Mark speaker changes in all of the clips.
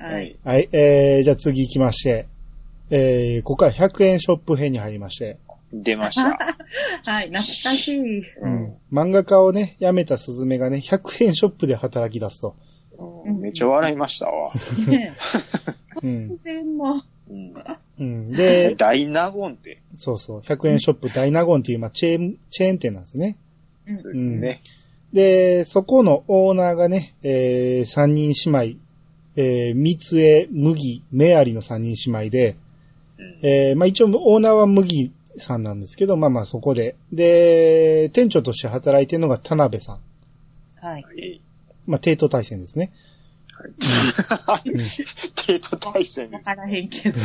Speaker 1: はい。
Speaker 2: はい、えー、じゃあ次行きまして、えー、ここから100円ショップ編に入りまして、
Speaker 3: 出 ました。
Speaker 1: はい。懐かしい。
Speaker 3: うん。
Speaker 2: 漫画家をね、辞めたスズメがね、100円ショップで働き出すと。
Speaker 3: うんめっちゃ笑いましたわ。
Speaker 1: ね
Speaker 2: うん
Speaker 1: 突。然の。
Speaker 3: うん。
Speaker 2: うん、で、
Speaker 3: 大納言って。
Speaker 2: そうそう、100円ショップ大納言っていう、まあ、チェーン、チェーン店なんですね。
Speaker 1: うん
Speaker 3: そうですね。
Speaker 2: で、そこのオーナーがね、えー、3人姉妹、えー、三江、麦、メアリの3人姉妹で、
Speaker 3: うん
Speaker 2: えー、まあ一応オーナーは麦さんなんですけど、まあまあそこで。で、店長として働いてるのが田辺さん。
Speaker 1: はい。
Speaker 3: はい
Speaker 2: まあ、帝都大戦ですね。
Speaker 3: はい。 帝都大戦
Speaker 1: わ
Speaker 3: です。
Speaker 1: からへんけ ど。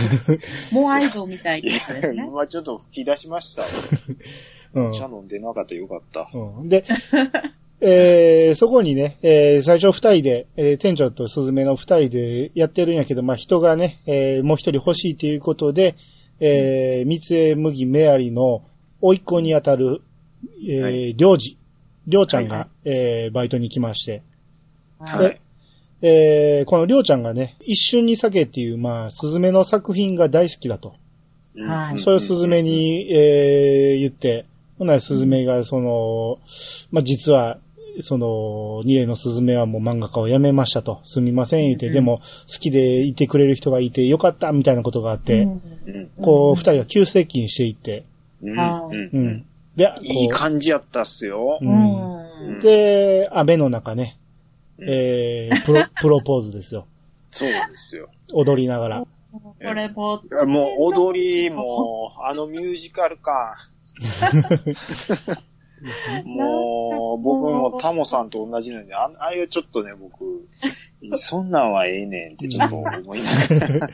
Speaker 1: モアイ像みたい
Speaker 3: い
Speaker 1: な
Speaker 3: や
Speaker 1: やつですね。
Speaker 3: 今ちょっと吹き出しましたわ。
Speaker 2: うん。
Speaker 3: 茶飲んでなかったよかった。
Speaker 2: うん、で、えー、そこにね、えー、最初二人で、えー、店長とスズメの二人でやってるんやけど、まあ、人がね、えー、もう一人欲しいということで、えー、三江麦メアリの甥っ子にあたる、えー、
Speaker 3: は
Speaker 2: りょうじ、りょうちゃんが、
Speaker 1: は
Speaker 2: えー、バイトに来まして、
Speaker 1: は。
Speaker 3: はいい。
Speaker 2: えー、このりょうちゃんがね、一瞬に避けっていう、まあ、スズメの作品が大好きだと。
Speaker 1: はい
Speaker 2: それをスズメ。に、えー、言って、ほんならスズメが、その、まあ、実は、その、二例のスズメはもう漫画家を辞めましたと。すみません、言っ
Speaker 1: う
Speaker 2: て、
Speaker 1: ん
Speaker 2: でも、好きでいてくれる人がいてよかった、みたいなことがあって、
Speaker 3: うんうん
Speaker 2: こう、二人が急接近していって、
Speaker 3: うん
Speaker 1: はい
Speaker 3: うん
Speaker 2: う
Speaker 3: うんん。。
Speaker 2: で、こう
Speaker 3: いい感じやったっすよ
Speaker 2: う。。
Speaker 1: うんん。うん
Speaker 2: で、雨の中ね、
Speaker 3: うん
Speaker 2: えー、プロ、 プロポーズですよ。
Speaker 3: そうですよ。
Speaker 2: 踊りながら。
Speaker 1: これもう、
Speaker 3: もう踊り、もう、あのミュージカル か。もう、僕もタモさんと同じなんで、ああれはちょっとね、僕、そんなんはええねんってちょっと思いなが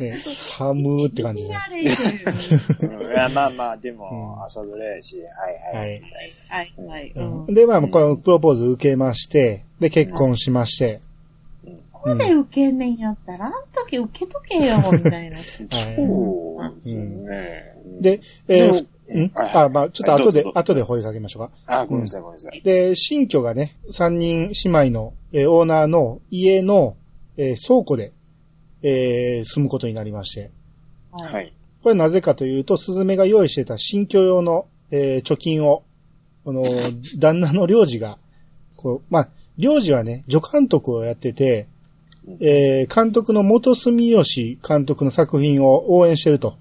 Speaker 2: ね、寒ーって感じで。
Speaker 1: 見られる
Speaker 3: ら。 うんいやまあまあ、で
Speaker 2: う
Speaker 3: も
Speaker 2: ん、
Speaker 3: 朝ドラやし、はいはい。
Speaker 2: は
Speaker 1: はい、はい。うん
Speaker 2: うんで、まあ、このプロポーズ受けまして、で、結婚しまして、
Speaker 1: ここで受けんねんやったら、あの時受けとけよ、みたいな。
Speaker 3: そうですね。
Speaker 2: で、え
Speaker 3: でも
Speaker 2: ー、ん
Speaker 3: はいはい
Speaker 2: あ、まあ、ちょっと
Speaker 3: どうぞどう、
Speaker 2: 後で
Speaker 3: ぞ
Speaker 2: 後で掘り下げましょうか。
Speaker 3: あ、ごめんなさい、ごめんなさい。
Speaker 2: で、新居がね、三人姉妹の、えーオーナーの家の、えー倉庫で、えー住むことになりまして。
Speaker 3: は
Speaker 1: はい。
Speaker 3: い。
Speaker 2: これなぜかというと、スズメが用意してた新居用の、えー貯金を、この、旦那の領事が、こう、まあ、領事はね、助監督をやってて、えー監督の元住吉監督の作品を応援してると。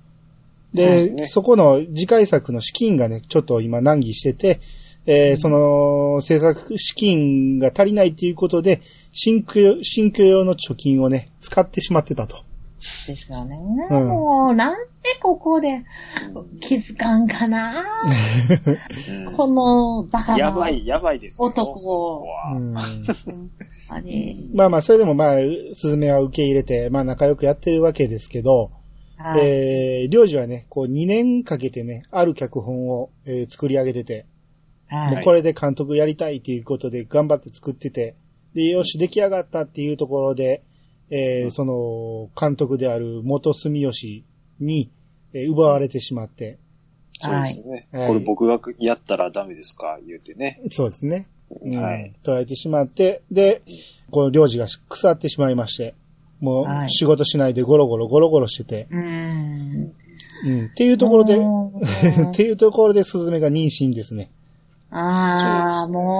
Speaker 3: そうで
Speaker 2: で、
Speaker 3: す
Speaker 2: そ
Speaker 3: ね
Speaker 2: この次回作の資金がね、ちょっと今難儀してて、えーその、制作資金が足りないということで、新居、新居用の貯金をね、使ってしまってたと。
Speaker 1: ですよね。
Speaker 2: うん
Speaker 1: もう、なんでここで気づかんかな。このバカ
Speaker 3: や
Speaker 1: な
Speaker 3: ばい、やばいです。
Speaker 1: 男を。
Speaker 2: う
Speaker 3: は。
Speaker 2: ん
Speaker 1: あれ、
Speaker 2: まあまあ、それでもまあ、スズメは受け入れて、まあ仲良くやってるわけですけど、
Speaker 1: はい。
Speaker 2: えー、領事はね、こう2年かけてね、ある脚本を、えー作り上げてて、
Speaker 1: は
Speaker 2: もう
Speaker 1: い。
Speaker 2: これで監督やりたいっていうことで頑張って作ってて、で、よし、出来上がったっていうところで、えーその、監督である元住吉に、えー奪われてしまって、
Speaker 3: そうですね。
Speaker 2: はい
Speaker 3: これ僕がやったらダメですか言うてね。
Speaker 2: そうですね。うん
Speaker 3: はい。
Speaker 2: 取られてしまって、で、この領事が腐ってしまいまして、も
Speaker 1: は
Speaker 2: う
Speaker 1: い
Speaker 2: 仕事しないでゴロゴロゴロゴロしてて、
Speaker 1: うーん。
Speaker 2: うん、っていうところで、
Speaker 1: もう
Speaker 2: っていうところでスズメが妊娠ですね。
Speaker 1: ああ、も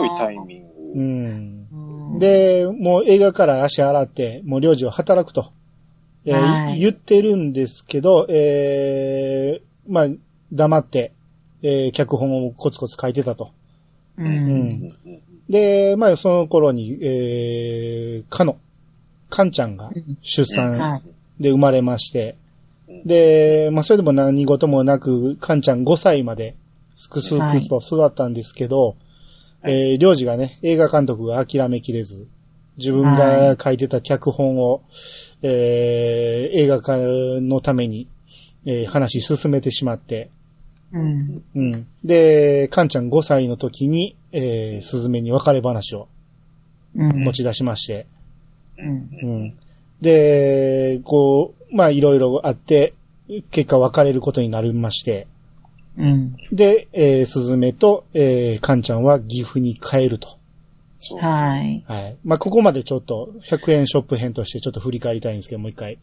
Speaker 3: す
Speaker 1: う。
Speaker 3: ごいタイミン
Speaker 2: う
Speaker 3: グ。
Speaker 2: ん。
Speaker 1: うん
Speaker 2: で、もう映画から足洗って、もう領事は働くと、えー
Speaker 1: はい
Speaker 2: 言ってるんですけど、えーまあ、黙って、えー脚本をコツコツ書いてたと。
Speaker 1: う
Speaker 2: うん
Speaker 1: ん。
Speaker 2: で、まあ、その頃に、えー、かの、かんちゃんが出産
Speaker 1: はい。
Speaker 2: で生まれまして、
Speaker 3: うん
Speaker 2: で、まあ、それでも何事もなく、かんちゃん5歳まで、すくすくと育ったんですけど、
Speaker 3: はい
Speaker 2: えー、りょうじがね、映画監督が諦めきれず、自分が書いてた脚本を、えー、映画化のために、えー、話進めてしまって、
Speaker 1: うん。
Speaker 2: うん。で、かんちゃん5歳の時に、えー、すずめに別れ話を
Speaker 1: うん。
Speaker 2: 持ち出しまして、
Speaker 1: うん。
Speaker 2: うん。で、こう、まあ、いろいろあって、結果別れることになりまして、
Speaker 1: うん。
Speaker 2: で、えー、すずめと、えー、かんちゃんは岐阜に帰ると。
Speaker 3: そう。
Speaker 1: はい。
Speaker 2: はい。まあ、ここまでちょっと、100円ショップ編としてちょっと振り返りたいんですけど、もう一回。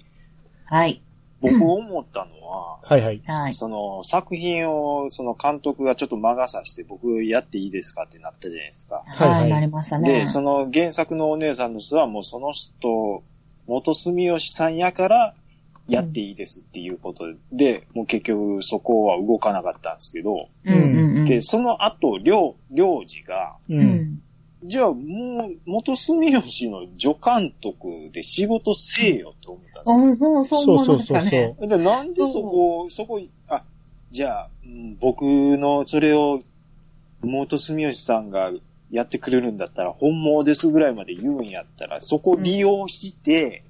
Speaker 1: はい。
Speaker 3: 僕思ったのは、
Speaker 2: はいはい。
Speaker 1: はい。
Speaker 3: その作品をその監督がちょっと魔が差して僕やっていいですかってなったじゃないですか。
Speaker 2: はいはい
Speaker 1: はい、なりましたね。
Speaker 3: で、その原作のお姉さんの人はもうその人、元住吉さんやからやっていいですっていうことで、もう結局そこは動かなかったんですけど、
Speaker 1: うんうんうん。
Speaker 3: で、その後、りょう、りょうじが、
Speaker 2: う。
Speaker 1: うんん。
Speaker 3: じゃあもう元住吉の助監督で仕事せえよって思ったんですよ。
Speaker 1: うん、そう、そう
Speaker 2: そう
Speaker 1: 思
Speaker 2: そ
Speaker 1: いうまし
Speaker 2: そう
Speaker 1: た
Speaker 2: そ
Speaker 1: ね。
Speaker 2: う。
Speaker 3: で、なんでそこ、そこ、あ、じゃあ、うん僕のそれを、妹住吉さんがやってくれるんだったら、本望ですぐらいまで言うんやったら、そこ利用して、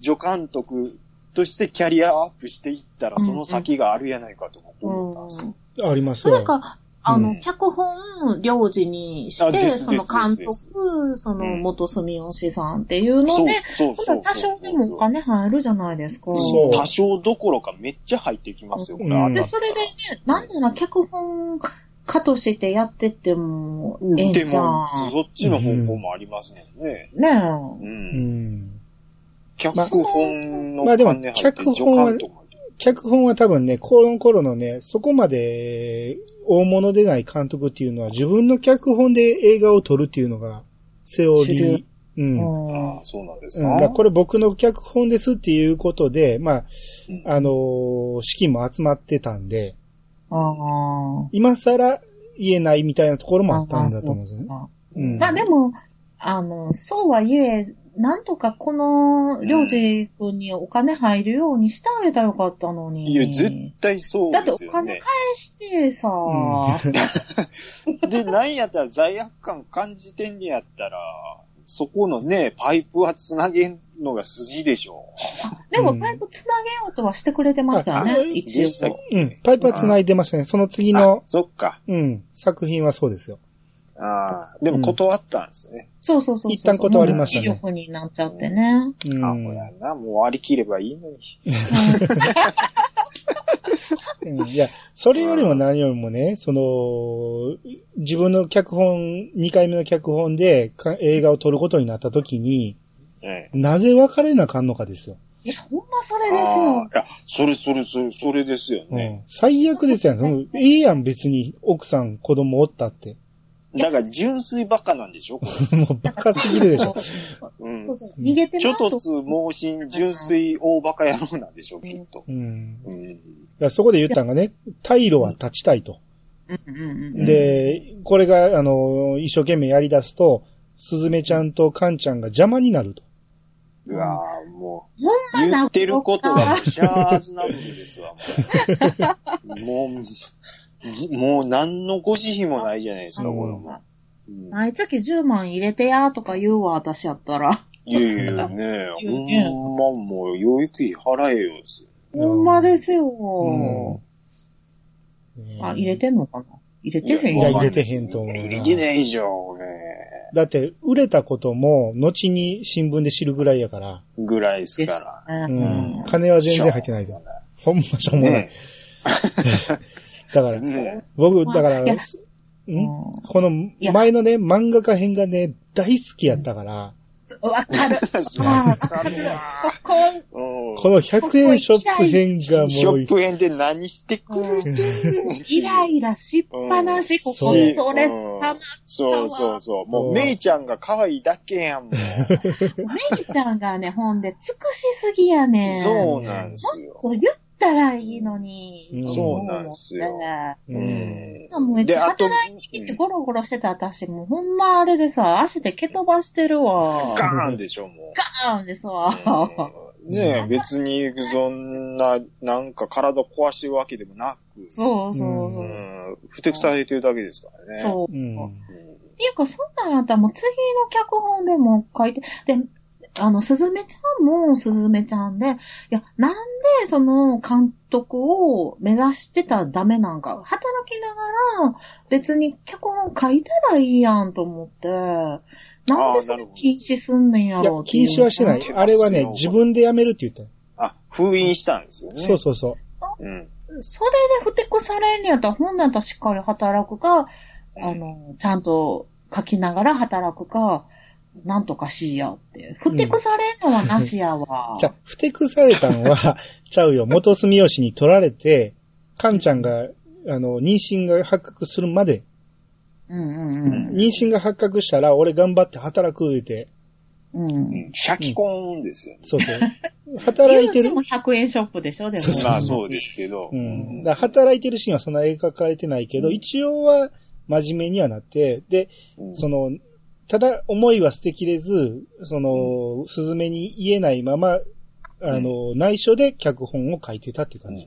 Speaker 3: 助監督としてキャリアアップしていったら、
Speaker 1: うん
Speaker 3: その先があるやないかと僕思ったんですよ。
Speaker 2: あります
Speaker 1: うんな
Speaker 2: よ
Speaker 1: ん。か、あの、
Speaker 3: うん
Speaker 1: 脚本、領事にし
Speaker 3: あで
Speaker 1: て、
Speaker 3: す
Speaker 1: その
Speaker 3: です
Speaker 1: 監
Speaker 3: ですです
Speaker 1: 督、その
Speaker 3: うん
Speaker 1: 元住吉さんっていうの
Speaker 3: そう
Speaker 1: で、
Speaker 3: そう
Speaker 1: ほ
Speaker 3: そ
Speaker 1: ん
Speaker 3: う。
Speaker 1: なら多少でもお金入るじゃないですか。
Speaker 2: そう
Speaker 3: 多少どころかめっちゃ入ってきますよ、これ。
Speaker 2: うん
Speaker 1: で、それでね、なんなら脚本家としてやってっても、ええん
Speaker 3: で
Speaker 1: じゃ
Speaker 3: も、
Speaker 1: ん。
Speaker 3: そっちの方向もありますね。ね
Speaker 1: ね
Speaker 3: う。
Speaker 1: え。
Speaker 2: うんん。
Speaker 3: 脚本の
Speaker 2: まあでも
Speaker 3: 関連入って、
Speaker 2: 脚本は
Speaker 3: 助監督も入って
Speaker 2: 脚本は多分ね、この頃のね、そこまで大物でない監督っていうのは自分の脚本で映画を撮るっていうのがセオ
Speaker 1: 主
Speaker 2: リー
Speaker 1: 流。
Speaker 2: うん。うん
Speaker 1: うん
Speaker 3: ああ、そうなんです
Speaker 2: だか
Speaker 3: か。
Speaker 2: らこれ僕の脚本ですっていうことで、まあ、
Speaker 3: うん
Speaker 2: あのー資金も集まってたんで、
Speaker 1: あ
Speaker 2: 今更言えないみたいなところもあったんだと思うんですよね。
Speaker 1: あ。
Speaker 2: うん
Speaker 1: まあでも、あの、そうはいえ、なんとかこの、りょうじくんにお金入るようにしてあげたらよかったのに。
Speaker 3: いや、絶対そう
Speaker 1: だって
Speaker 3: で
Speaker 1: お
Speaker 3: すよ
Speaker 1: 金返
Speaker 3: ね。
Speaker 1: してさ、
Speaker 3: で、なんやったら罪悪感感じてんねやったら、そこのね、パイプは繋げんのが筋でしょ
Speaker 1: で
Speaker 2: う
Speaker 1: も
Speaker 2: ん
Speaker 1: パイプつなげようとはしてくれてましたよ
Speaker 2: ああ
Speaker 1: ね、一
Speaker 3: でしたっ
Speaker 1: 応。
Speaker 3: け
Speaker 2: うん。パイプは繋いでましたね。その次
Speaker 3: あ
Speaker 2: の、、
Speaker 3: そっか。
Speaker 2: うん、作品はそうですよ。
Speaker 3: ああ、でも断ったんですね。
Speaker 1: そうそうそうそう。
Speaker 2: 一旦断りましたね
Speaker 1: もう一力になっちゃってね。
Speaker 2: う
Speaker 3: あほ
Speaker 2: ん
Speaker 3: や。な、もう割り切ればいいのに。
Speaker 2: うんいや、それよりも何よりもね、その、自分の脚本、2回目の脚本でか映画を撮ることになった時に、
Speaker 3: ええ。
Speaker 2: なぜ別れなあかんのかですよ。
Speaker 1: いや、ほんまそれです
Speaker 3: あ
Speaker 1: よ。
Speaker 3: あ、いや、それそれそれ、それですよ
Speaker 2: う
Speaker 3: ね
Speaker 2: ん。。最悪ですやん。その、ええやん別に奥さん子供おったって。
Speaker 3: だから純粋バカなんでしょこ
Speaker 2: もうバカすぎるでしょ。
Speaker 1: そ
Speaker 3: れう。
Speaker 1: うんそう逃げて
Speaker 3: ちょ
Speaker 1: な
Speaker 3: っ
Speaker 1: と
Speaker 3: とつ盲信純粋大バカ野郎なんでしょきっと。
Speaker 2: うん。だか
Speaker 3: うん。
Speaker 2: らそこで言ったんがね、退路は立ちたいと。
Speaker 1: うんうんうん。
Speaker 2: で、これが、あの、一生懸命やり出すと、すずめちゃんとかんちゃんが邪魔になると。
Speaker 3: うわぁ、も
Speaker 1: ほんま
Speaker 3: う、
Speaker 1: な
Speaker 3: 言ってることがシャーズナブルですわ、 もう。もう、じもう何のご慈悲もないじゃないですか、これも。うん
Speaker 1: 毎月10万入れてやとか言うわ、私やったら。
Speaker 3: いやいやね、ほんまもう、養育費払えよ、す
Speaker 1: ほんまですよ。
Speaker 2: うん
Speaker 1: あ、入れてんのかな入れてへん
Speaker 2: いや
Speaker 1: よ。
Speaker 2: 入れてへんと思うな
Speaker 3: 入れてないじゃん、俺。
Speaker 2: だって、売れたことも、後に新聞で知るぐらいやから、
Speaker 3: ぐらいです
Speaker 1: で
Speaker 3: か
Speaker 1: す
Speaker 3: ら。
Speaker 1: ね
Speaker 2: う
Speaker 1: うん
Speaker 2: ん。金は全然入ってないで。ほんましょうもない。
Speaker 3: ね
Speaker 2: だから、
Speaker 3: ね
Speaker 2: 僕、だか
Speaker 1: まあいや
Speaker 2: ら、すんこの
Speaker 1: いや
Speaker 2: 前のね、漫画家編がね、大好きやったから、
Speaker 1: わかる。
Speaker 3: そう
Speaker 1: あ
Speaker 3: だな
Speaker 1: こ
Speaker 3: うん
Speaker 2: この100円ショップ編が
Speaker 3: シ
Speaker 2: も
Speaker 3: ョッ
Speaker 2: う、
Speaker 3: プ編で何してくる
Speaker 1: イライラしっぱなし、ここ
Speaker 2: そう
Speaker 1: にそれさま。
Speaker 3: そうそうそう。も、
Speaker 2: そうう
Speaker 3: メイちゃんが可愛いだけやん、もう。
Speaker 1: メイちゃんがね、ほんで、尽くしすぎやねん。
Speaker 3: そうなんですよ。
Speaker 1: そう言ったらいいのに。
Speaker 2: うん
Speaker 3: そうなんですよ
Speaker 1: だから
Speaker 2: う
Speaker 3: うんん
Speaker 1: もうめっち
Speaker 3: で、
Speaker 1: ゃ
Speaker 3: あと、
Speaker 1: 切ってゴロゴロしてた私、もうほんまあれでさ、足で蹴飛ばしてるわ。
Speaker 3: ガーンでしょ、も
Speaker 1: ガーンでさ。
Speaker 3: う。ねえ、別に、そんな、なんか体壊してるわけでもなく、
Speaker 1: そうそう
Speaker 2: う
Speaker 1: そう。
Speaker 3: ん、不適されてるだけですからね。
Speaker 1: そう。
Speaker 2: うん。
Speaker 3: うん。
Speaker 1: っていうか、そんなんやったらもう次の脚本でも書いて、で、あの、すずめちゃんもすずめちゃんで、いや、なんでその監督を目指してたらダメなんか、働きながら別に脚本書いたらいいやんと思って、なんでそれ禁止すんねんや
Speaker 2: いや
Speaker 1: ろう、ってい
Speaker 2: 禁
Speaker 1: う
Speaker 2: 止はしてない
Speaker 3: て。ますよ
Speaker 2: あれはね、自分でやめるって言ったよ
Speaker 3: あ、封印したんですよね。
Speaker 2: そうそうそう。
Speaker 3: うん。
Speaker 1: それで不適されんねやったら、本なんたらしっかり働くか、
Speaker 3: うん
Speaker 1: あの、ちゃんと書きながら働くか、なんとかしやって。ふてくされんのはなしやわ。
Speaker 2: じゃあ、ふてくされたんは、ちゃうよ。元住吉に取られて、カンちゃんが、あの、妊娠が発覚するまで、
Speaker 1: うんうん
Speaker 2: 妊娠が発覚したら、俺頑張って働く言うて、
Speaker 1: うん。う。
Speaker 3: うんん、シャキコーンですよね。
Speaker 2: そうそう。働いて
Speaker 1: で
Speaker 2: る
Speaker 1: も。100円ショップでしょでも。
Speaker 2: そうそう
Speaker 3: まあそうですけど。
Speaker 2: うん。だから働いてるシーンはそんな描かれてないけど、
Speaker 1: うん
Speaker 2: 一応は真面目にはなって、で、
Speaker 3: うん
Speaker 2: その、ただ思いは捨てきれず、その、スズメに言えないまま、あの、内緒で脚本を書いてたっていう感じ。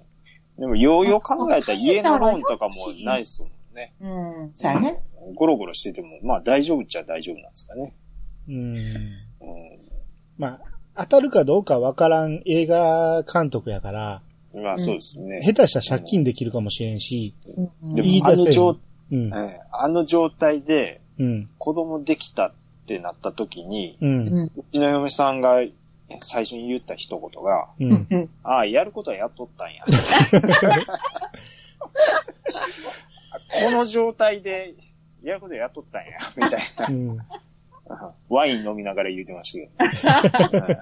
Speaker 3: でも、ようよう考えたら家のローンとかもないっすもんね。
Speaker 1: うん。そうやね。
Speaker 3: ゴロゴロしてても、まあ大丈夫っちゃ大丈夫なんですかね。
Speaker 2: うん
Speaker 3: う
Speaker 2: まあ、当たるかどうかわからん映画監督やから、
Speaker 3: ん、まあそうですね。
Speaker 2: 下手したら借金できるかもしれんし、
Speaker 1: うん
Speaker 3: で
Speaker 2: いい
Speaker 3: もあの
Speaker 2: 出せる
Speaker 3: 状、
Speaker 2: うん
Speaker 3: え、えあの状態で
Speaker 2: うん、
Speaker 3: 子供できたってなった時に、
Speaker 2: う、
Speaker 1: うんん。
Speaker 3: うちの嫁さんが最初に言った一言が、
Speaker 2: う
Speaker 1: うんん。。うん
Speaker 3: ああ、やることはやっとったん や。この状態で、やることはやっとったんや、みたい
Speaker 2: うん
Speaker 3: な。 ワイン飲みながら言うてましたけど。はい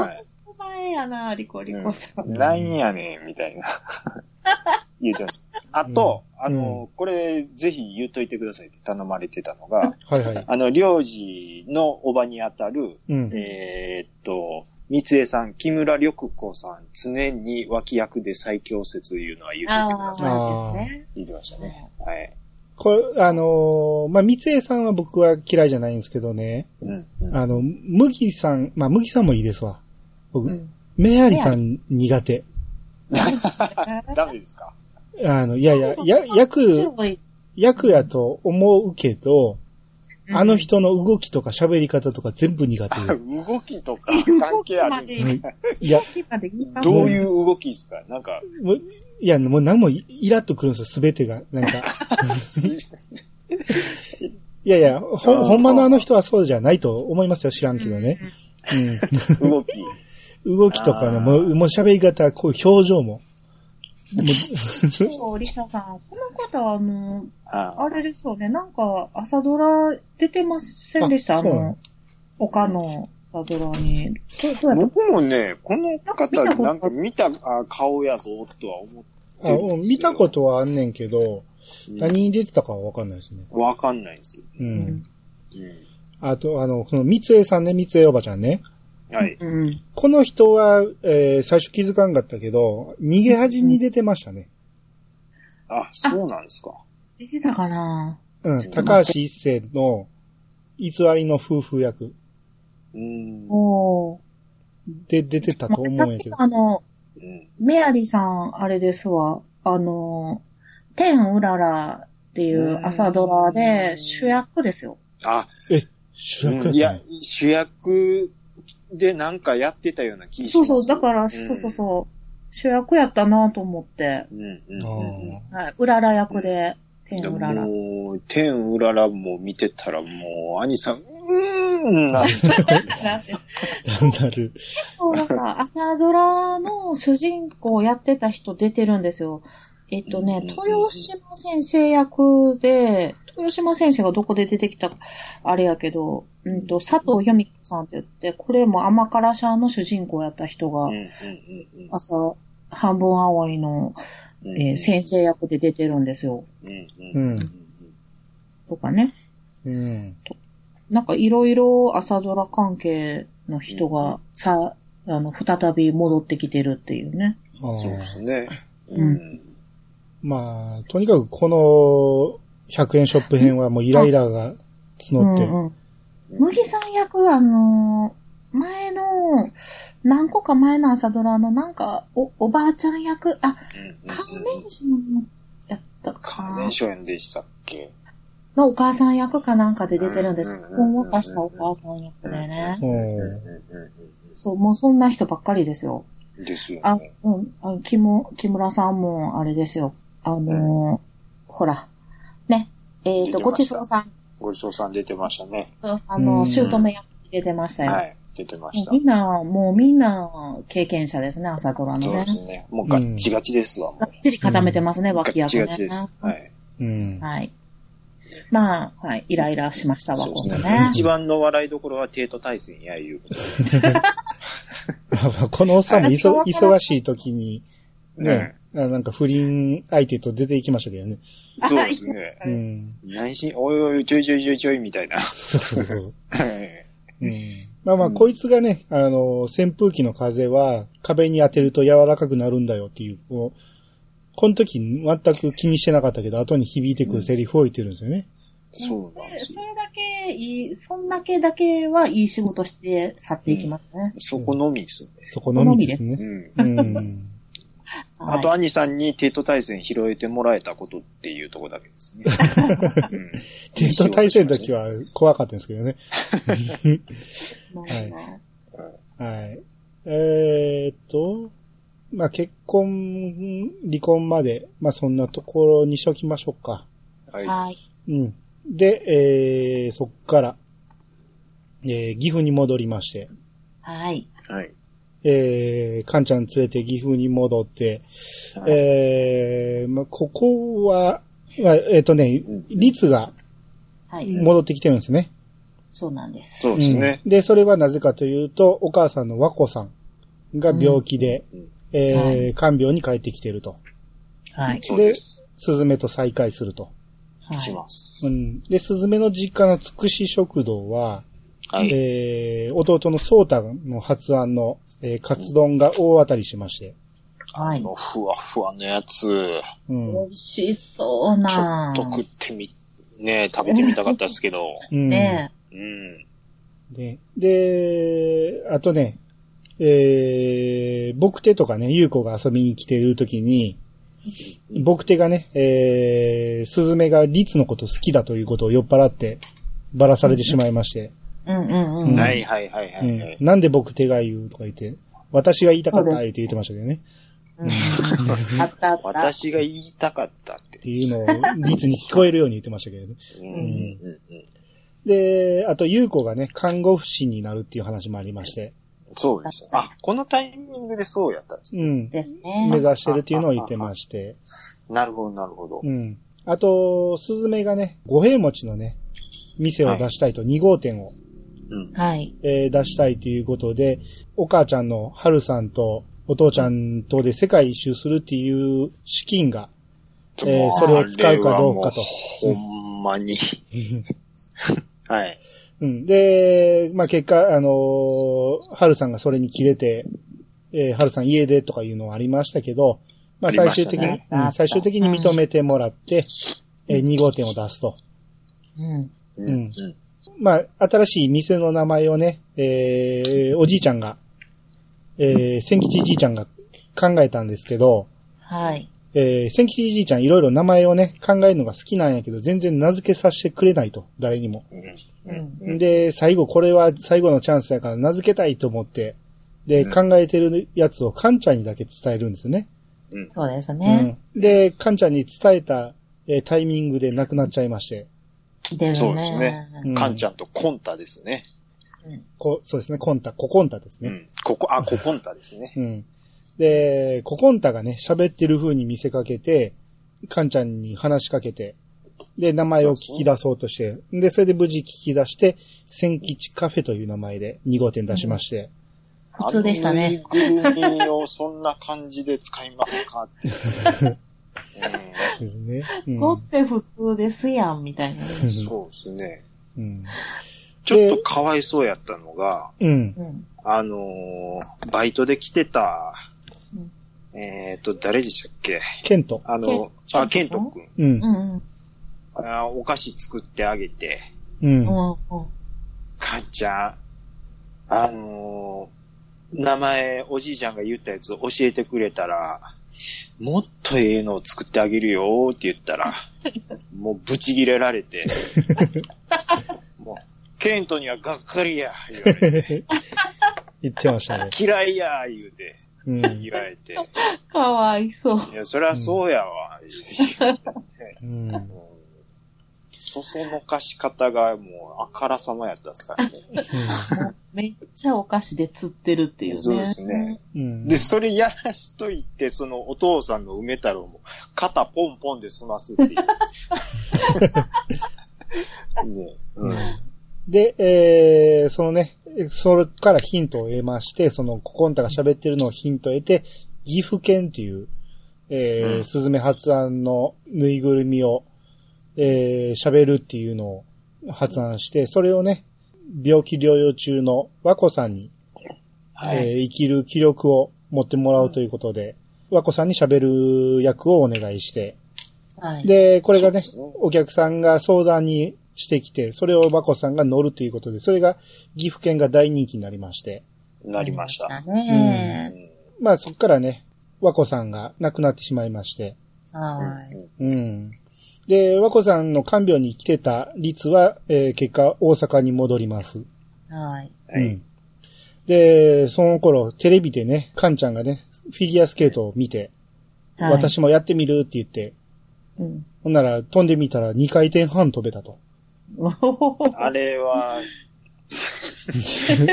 Speaker 3: はい。
Speaker 1: お前やな、リコリコさん。
Speaker 3: なんやねん、みたいな。 言うてました。あと、あの、これ、ぜひ言っといてくださいって頼まれてたのが、
Speaker 2: はいはい。
Speaker 3: あの、領事のおばにあたる、
Speaker 2: うん。
Speaker 3: えーっと、三江さん、木村緑子さん、常に脇役で最強説いうのは言っててく
Speaker 1: あ
Speaker 3: ださい。
Speaker 1: あ、ね。
Speaker 3: 言ってましたね。はい。
Speaker 2: これ、あのーまあ、三江さんは僕は嫌いじゃないんですけどね、
Speaker 3: うん。うん
Speaker 2: あの、麦さん、まあ、麦さんもいいですわ。僕、
Speaker 1: うん。
Speaker 2: メアリさん苦手。
Speaker 3: ダメですか
Speaker 2: あの、いやいや、や、役、役やと思うけど、あの。人の動きとか喋り方とか全部苦手。
Speaker 3: 動きとか関係あるんですか
Speaker 2: いや、
Speaker 1: 今で言いた
Speaker 3: どういう動きですかなんか、
Speaker 2: もういや、もう何もイイラッとくるんですよ、すべてが。なんか、いやいや、ほ、
Speaker 3: あー
Speaker 2: ほんまのあの人はそうじゃないと思いますよ、知らんけどね。。
Speaker 3: 動き。
Speaker 2: うん。動きとか
Speaker 3: あー
Speaker 2: の、もう、もう喋り方、こう、表情も。も
Speaker 1: そう、リサさん。この方、あの、
Speaker 3: あ
Speaker 1: あれですよね。なんか、朝ドラ出てませんでした
Speaker 2: あ
Speaker 1: あ
Speaker 2: そうなの
Speaker 1: の、他の朝ドラに。どうどうやった
Speaker 3: 僕もね、この方、
Speaker 1: なんか見たこと
Speaker 3: なんか見たあ顔やぞ、とは思って
Speaker 2: あ
Speaker 3: るんですよ
Speaker 2: うん見たことはあんねんけど、
Speaker 3: うん
Speaker 2: 何に出てたかはわかんないですね。
Speaker 3: わかんないんですよ。
Speaker 2: う
Speaker 1: うんん。。
Speaker 3: う
Speaker 2: あと、あの、この三江さんね、三江おばちゃんね。
Speaker 3: ん。はい。
Speaker 1: うん。
Speaker 2: この人は、えー最初気づかんかったけど、逃げ恥に出てましたね。
Speaker 3: あ、そうなんですか。
Speaker 1: 出てたかな
Speaker 2: うん。高橋一生の偽りの夫婦役
Speaker 3: うん。う
Speaker 1: おー。
Speaker 2: で出てたと思うんやけど。
Speaker 1: あの、
Speaker 3: ん。
Speaker 1: メアリーさん、あれですわ。あの、天うららっていう朝ドラで主役ですよ。
Speaker 3: あ、
Speaker 2: 主
Speaker 3: い
Speaker 2: 役やったん
Speaker 3: や
Speaker 2: や、
Speaker 3: 主役でなんかやってたような気がし
Speaker 1: そ
Speaker 3: ま
Speaker 1: う
Speaker 3: す。
Speaker 1: そう、だから、
Speaker 3: ん
Speaker 1: そうそうそう、主役やったなと思って。
Speaker 3: うん。うんうん
Speaker 2: あ
Speaker 3: うん
Speaker 2: ー
Speaker 1: はい、うらら役で、天
Speaker 3: で
Speaker 1: うらら。
Speaker 3: もう、天うららも見てたらもう、兄さん、うーん、なんて
Speaker 1: なんて
Speaker 2: なんだる。
Speaker 1: そう、なん か、朝ドラの主人公やってた人出てるんですよ。えっとね、豊島先生役で、豊島先生がどこで出てきたか、あれやけど、うんと、佐藤由美子さんって言って、これも甘辛社の主人公やった人が
Speaker 3: うん、うんうん
Speaker 1: 朝、半分青いの、
Speaker 3: うん
Speaker 1: えー先生役で出てるんですよ。
Speaker 3: うんうん
Speaker 2: うん
Speaker 1: とかね。
Speaker 2: うん。
Speaker 1: なんかいろいろ朝ドラ関係の人が、さ、あの、再び戻ってきてるっていうね。
Speaker 2: あー
Speaker 3: そうですね。
Speaker 1: う
Speaker 2: まあ、とにかくこの100円ショップ編はもうイライラが募って。
Speaker 1: うんうん麦さん役、あのー前の、何個か前の朝ドラの、なんか、お、おばあちゃん役、あ、カーネーションやった
Speaker 3: カ
Speaker 1: か
Speaker 3: ー
Speaker 1: な
Speaker 3: ネーションでしたっけ
Speaker 1: のお母さん役かなんかで出てるんです。
Speaker 3: うんうんうんうん
Speaker 1: ほんわかしたお母さん役でね。
Speaker 2: おー
Speaker 1: そう、もうそんな人ばっかりですよ。
Speaker 3: ですよ
Speaker 1: あ
Speaker 3: ね。、
Speaker 1: うん、あ木も、木村さんも、あれですよ。あのーほら、ね、えっ、と、
Speaker 3: 出て
Speaker 1: ご
Speaker 3: ま
Speaker 1: ち
Speaker 3: した
Speaker 1: そうさん、
Speaker 3: ごちそうさん出てましたね。
Speaker 1: あ
Speaker 2: う
Speaker 1: の、
Speaker 2: ん
Speaker 1: 姑役で出てましたよ。
Speaker 3: はい。出てまし
Speaker 1: もう
Speaker 3: た
Speaker 1: み。んな、もうみんな経験者ですね、朝ドラ
Speaker 3: そ
Speaker 1: のね。
Speaker 3: うですね。もうガッチガチですわ。も
Speaker 1: がっちり固めてますね、
Speaker 3: う
Speaker 1: 脇
Speaker 3: ガッチ
Speaker 1: 役
Speaker 3: ガ
Speaker 1: ね
Speaker 3: チです。。はい。
Speaker 2: うん。
Speaker 1: はい。まあ、はい、イライラしましたわ、
Speaker 3: そう
Speaker 1: 今度
Speaker 3: ですね
Speaker 1: ね。
Speaker 3: 一番の笑いどころは帝都大戦やいうこと
Speaker 2: まあまあこのおっさんもいそ忙しい時に、
Speaker 3: で。
Speaker 2: ね、あなんか不倫相手と出ていきましたけどね。
Speaker 3: うんそうですね。
Speaker 1: は
Speaker 2: う
Speaker 1: い
Speaker 2: ん。
Speaker 3: 内心、おいおい、ちょいちょいちょいちょいみたいな。
Speaker 2: そうそうそう。
Speaker 3: はい
Speaker 2: うん。まあまあ、こいつがね、あの、扇風機の風は壁に当てると柔らかくなるんだよっていう、こう、この時全く気にしてなかったけど、後に響いてくるセリフを言ってるんですよね。
Speaker 3: そうなんで
Speaker 1: で、
Speaker 3: す
Speaker 1: そ
Speaker 3: よ。
Speaker 1: れだけいい、そんだけだけはいい仕事して去っていきますね。
Speaker 3: そこのみです
Speaker 2: そこのみです
Speaker 3: ね。
Speaker 2: ね。
Speaker 3: うん。
Speaker 2: うん。
Speaker 1: はい
Speaker 3: あと、兄さんに帝都大戦拾えてもらえたことっていうとこだけで すね。うん
Speaker 2: テ ント対戦の時は怖かったんですけどね。
Speaker 1: まあ
Speaker 2: はい。えーっと、まあ結婚、離婚まで、まあそんなところにしときましょうか。
Speaker 3: はい。
Speaker 1: はい。
Speaker 2: うん。で、えー、そっから、えー、岐阜に戻りまして、
Speaker 1: はい。
Speaker 3: はい。
Speaker 2: えー、かんちゃん連れて岐阜に戻って、
Speaker 3: はい
Speaker 2: えー、まあここは、まあ、えーっとね
Speaker 3: うん、
Speaker 2: 律が
Speaker 1: はい。
Speaker 2: 戻ってきてるんですね。
Speaker 1: そうなんです。
Speaker 3: そうですね。
Speaker 2: うんで、それはなぜかというと、お母さんの和子さんが病気で、
Speaker 3: うん
Speaker 2: えー
Speaker 1: は
Speaker 2: 看病に帰ってきてると。
Speaker 1: はい。
Speaker 3: そうです。
Speaker 2: スズメと再会すると。
Speaker 1: はい
Speaker 3: します
Speaker 2: う。ん、で、スズメの実家のつくし食堂は、
Speaker 3: はい。
Speaker 2: えー弟のソータの発案の、えーカツ丼が大当たりしまして、
Speaker 1: は
Speaker 3: あ
Speaker 1: い
Speaker 3: の、。ふわふわのやつ、
Speaker 2: うん。
Speaker 1: 美味しそう
Speaker 3: ちょ
Speaker 1: な
Speaker 3: っと食ってみ、ね食べてみたかったですけど。
Speaker 2: うん
Speaker 1: ね
Speaker 3: うん。
Speaker 2: で、で、あとね、えー、僕手とかね、ゆうこが遊びに来てるときに、僕手がね、えー、スズメがリツのこと好きだということを酔っ払って、ばらされてしまいまして、
Speaker 1: え。うんうんうん。
Speaker 2: うん
Speaker 3: はいはいはいうはいは
Speaker 2: ん
Speaker 3: い。
Speaker 2: なんで僕手が言うとか言って、私が言いたかった
Speaker 1: そう
Speaker 2: って言ってましたけど
Speaker 1: う
Speaker 2: ね。
Speaker 1: ん あったあった。
Speaker 3: 私が言いたかったって
Speaker 2: っ。ていうのを、律に聞こえるように言ってましたけどね。
Speaker 3: うん
Speaker 1: ん
Speaker 3: うんうん
Speaker 2: で、あと、ゆうこがね、看護婦士になるっていう話もありまして、
Speaker 3: そうです。あ、このタイミングでそうやったんですね。
Speaker 2: うん。
Speaker 1: です
Speaker 2: 目
Speaker 1: ね。
Speaker 2: 指してるっていうのを言ってまして、
Speaker 3: なるほどなるほど
Speaker 2: う。ん。あと、すずめがね、五平餅のね、店を出したいと、2号店を、
Speaker 3: うん。
Speaker 1: はい。
Speaker 2: えー出したいということで、お母ちゃんの春さんと、お父ちゃんとで世界一周するっていう資金が、えーそれを使うかどうかと
Speaker 3: あれはもうほんまに。はい。
Speaker 2: うん。で、まあ、結果、あのー、春さんがそれに切れて、えー、春さん家出とかいうのはありましたけど、まあ、
Speaker 3: ありま
Speaker 2: 最
Speaker 3: した
Speaker 2: 終
Speaker 3: ね
Speaker 2: 的に、
Speaker 1: あった
Speaker 2: うん最終的に認めてもらって、えー、2号店を出すと。
Speaker 1: うん。
Speaker 3: う
Speaker 2: うん
Speaker 3: ん。
Speaker 2: まあ、新しい店の名前をね、えー、おじいちゃんが、えー、千吉じいちゃんが考えたんですけど、
Speaker 1: はい。
Speaker 2: えー、千吉じいちゃんいろいろ名前をね、考えるのが好きなんやけど、全然名付けさせてくれないと、誰にも。
Speaker 3: うんうんうん
Speaker 2: で、最後、これは最後のチャンスだから名付けたいと思って、で、
Speaker 3: うん
Speaker 2: 考えてるやつをカンちゃんにだけ伝えるんですね。
Speaker 1: そうですね。
Speaker 2: うん、で、カンちゃんに伝えた、えータイミングで亡くなっちゃいまして、
Speaker 1: です
Speaker 3: そうです
Speaker 1: ね
Speaker 3: ね。
Speaker 2: う
Speaker 3: カンちゃんとコンタですね。
Speaker 2: こそうですね、コンタ、ココンタです
Speaker 3: う
Speaker 2: ね。
Speaker 3: ん。ここ、あ、ココンタですね。
Speaker 2: うん。で、ココンタがね、喋ってる風に見せかけて、カンちゃんに話しかけて、で、名前を聞き出そうとして、で、それで無事聞き出して、千吉カフェという名前で2号店出しまして、
Speaker 1: 普通でしたね。
Speaker 3: あのぬいぐるみをそんな感じで使いますかって。
Speaker 2: ですね。うん
Speaker 1: こって普通ですやん、みたいな。
Speaker 3: うんそうですね。
Speaker 2: うん。
Speaker 3: ちょっとかわいそうやったのが、
Speaker 2: うん。
Speaker 1: うん。
Speaker 3: あのーバイトで来てた
Speaker 1: うん、
Speaker 3: えっ、と、誰でしたっけ
Speaker 2: ケント。
Speaker 3: あの、
Speaker 1: ケン
Speaker 3: あ、ケントくん。
Speaker 2: うん
Speaker 1: う。んうん。
Speaker 3: あお菓子作ってあげて、
Speaker 2: うん。
Speaker 1: うんうん。
Speaker 3: かんちゃん、あのー名前、おじいちゃんが言ったやつ教えてくれたら、もっとええのを作ってあげるよーって言ったら、もうブチギレられて、もう、ケントにはがっかりや、言われて、
Speaker 2: 言ってましたね。
Speaker 3: 嫌いや、言うて、
Speaker 2: うん。
Speaker 3: 言われて、
Speaker 1: かわいそう。
Speaker 3: いや、そりゃそうやわ、言うて
Speaker 2: うん
Speaker 3: もうそそのかし方がもう、あからさまやったっすからね。
Speaker 1: めっちゃお菓子で釣ってるっていうね。
Speaker 3: そうですね。
Speaker 2: うん。
Speaker 3: で、それやらしといて、そのお父さんの梅太郎も、肩ポンポンで済ますっていう。 ね
Speaker 2: で、えー、そのね、それからヒントを得まして、そのココンタが喋ってるのをヒントを得て、岐阜県っていう、えー
Speaker 3: うん
Speaker 2: スズメ発案のぬいぐるみを、えー、喋るっていうのを発案して、それをね、病気療養中の和子さんに、
Speaker 3: は
Speaker 2: え
Speaker 3: い。
Speaker 2: ー生きる気力を持ってもらうということで、和子さんに喋る役をお願いして、
Speaker 1: はい。
Speaker 2: で、これがね
Speaker 3: そうですね、
Speaker 2: お客さんが相談にしてきて、それを和子さんが乗るということで、それが岐阜県が大人気になりまして、
Speaker 3: なりました。う
Speaker 1: ね。
Speaker 3: ん
Speaker 2: まあそっからね、和子さんが亡くなってしまいまして、
Speaker 1: はい。
Speaker 3: うん
Speaker 2: うん。で、和子さんの看病に来てた率は、えー結果大阪に戻ります。
Speaker 1: はい。
Speaker 3: は
Speaker 2: う
Speaker 3: い。
Speaker 2: ん。で、その頃、テレビでね、カンちゃんがね、フィギュアスケートを見て、
Speaker 1: はい。
Speaker 2: 私もやってみるって言って、
Speaker 1: うん。
Speaker 2: ほんなら飛んでみたら2回転半飛べたと。
Speaker 1: おほほほ
Speaker 3: あれは、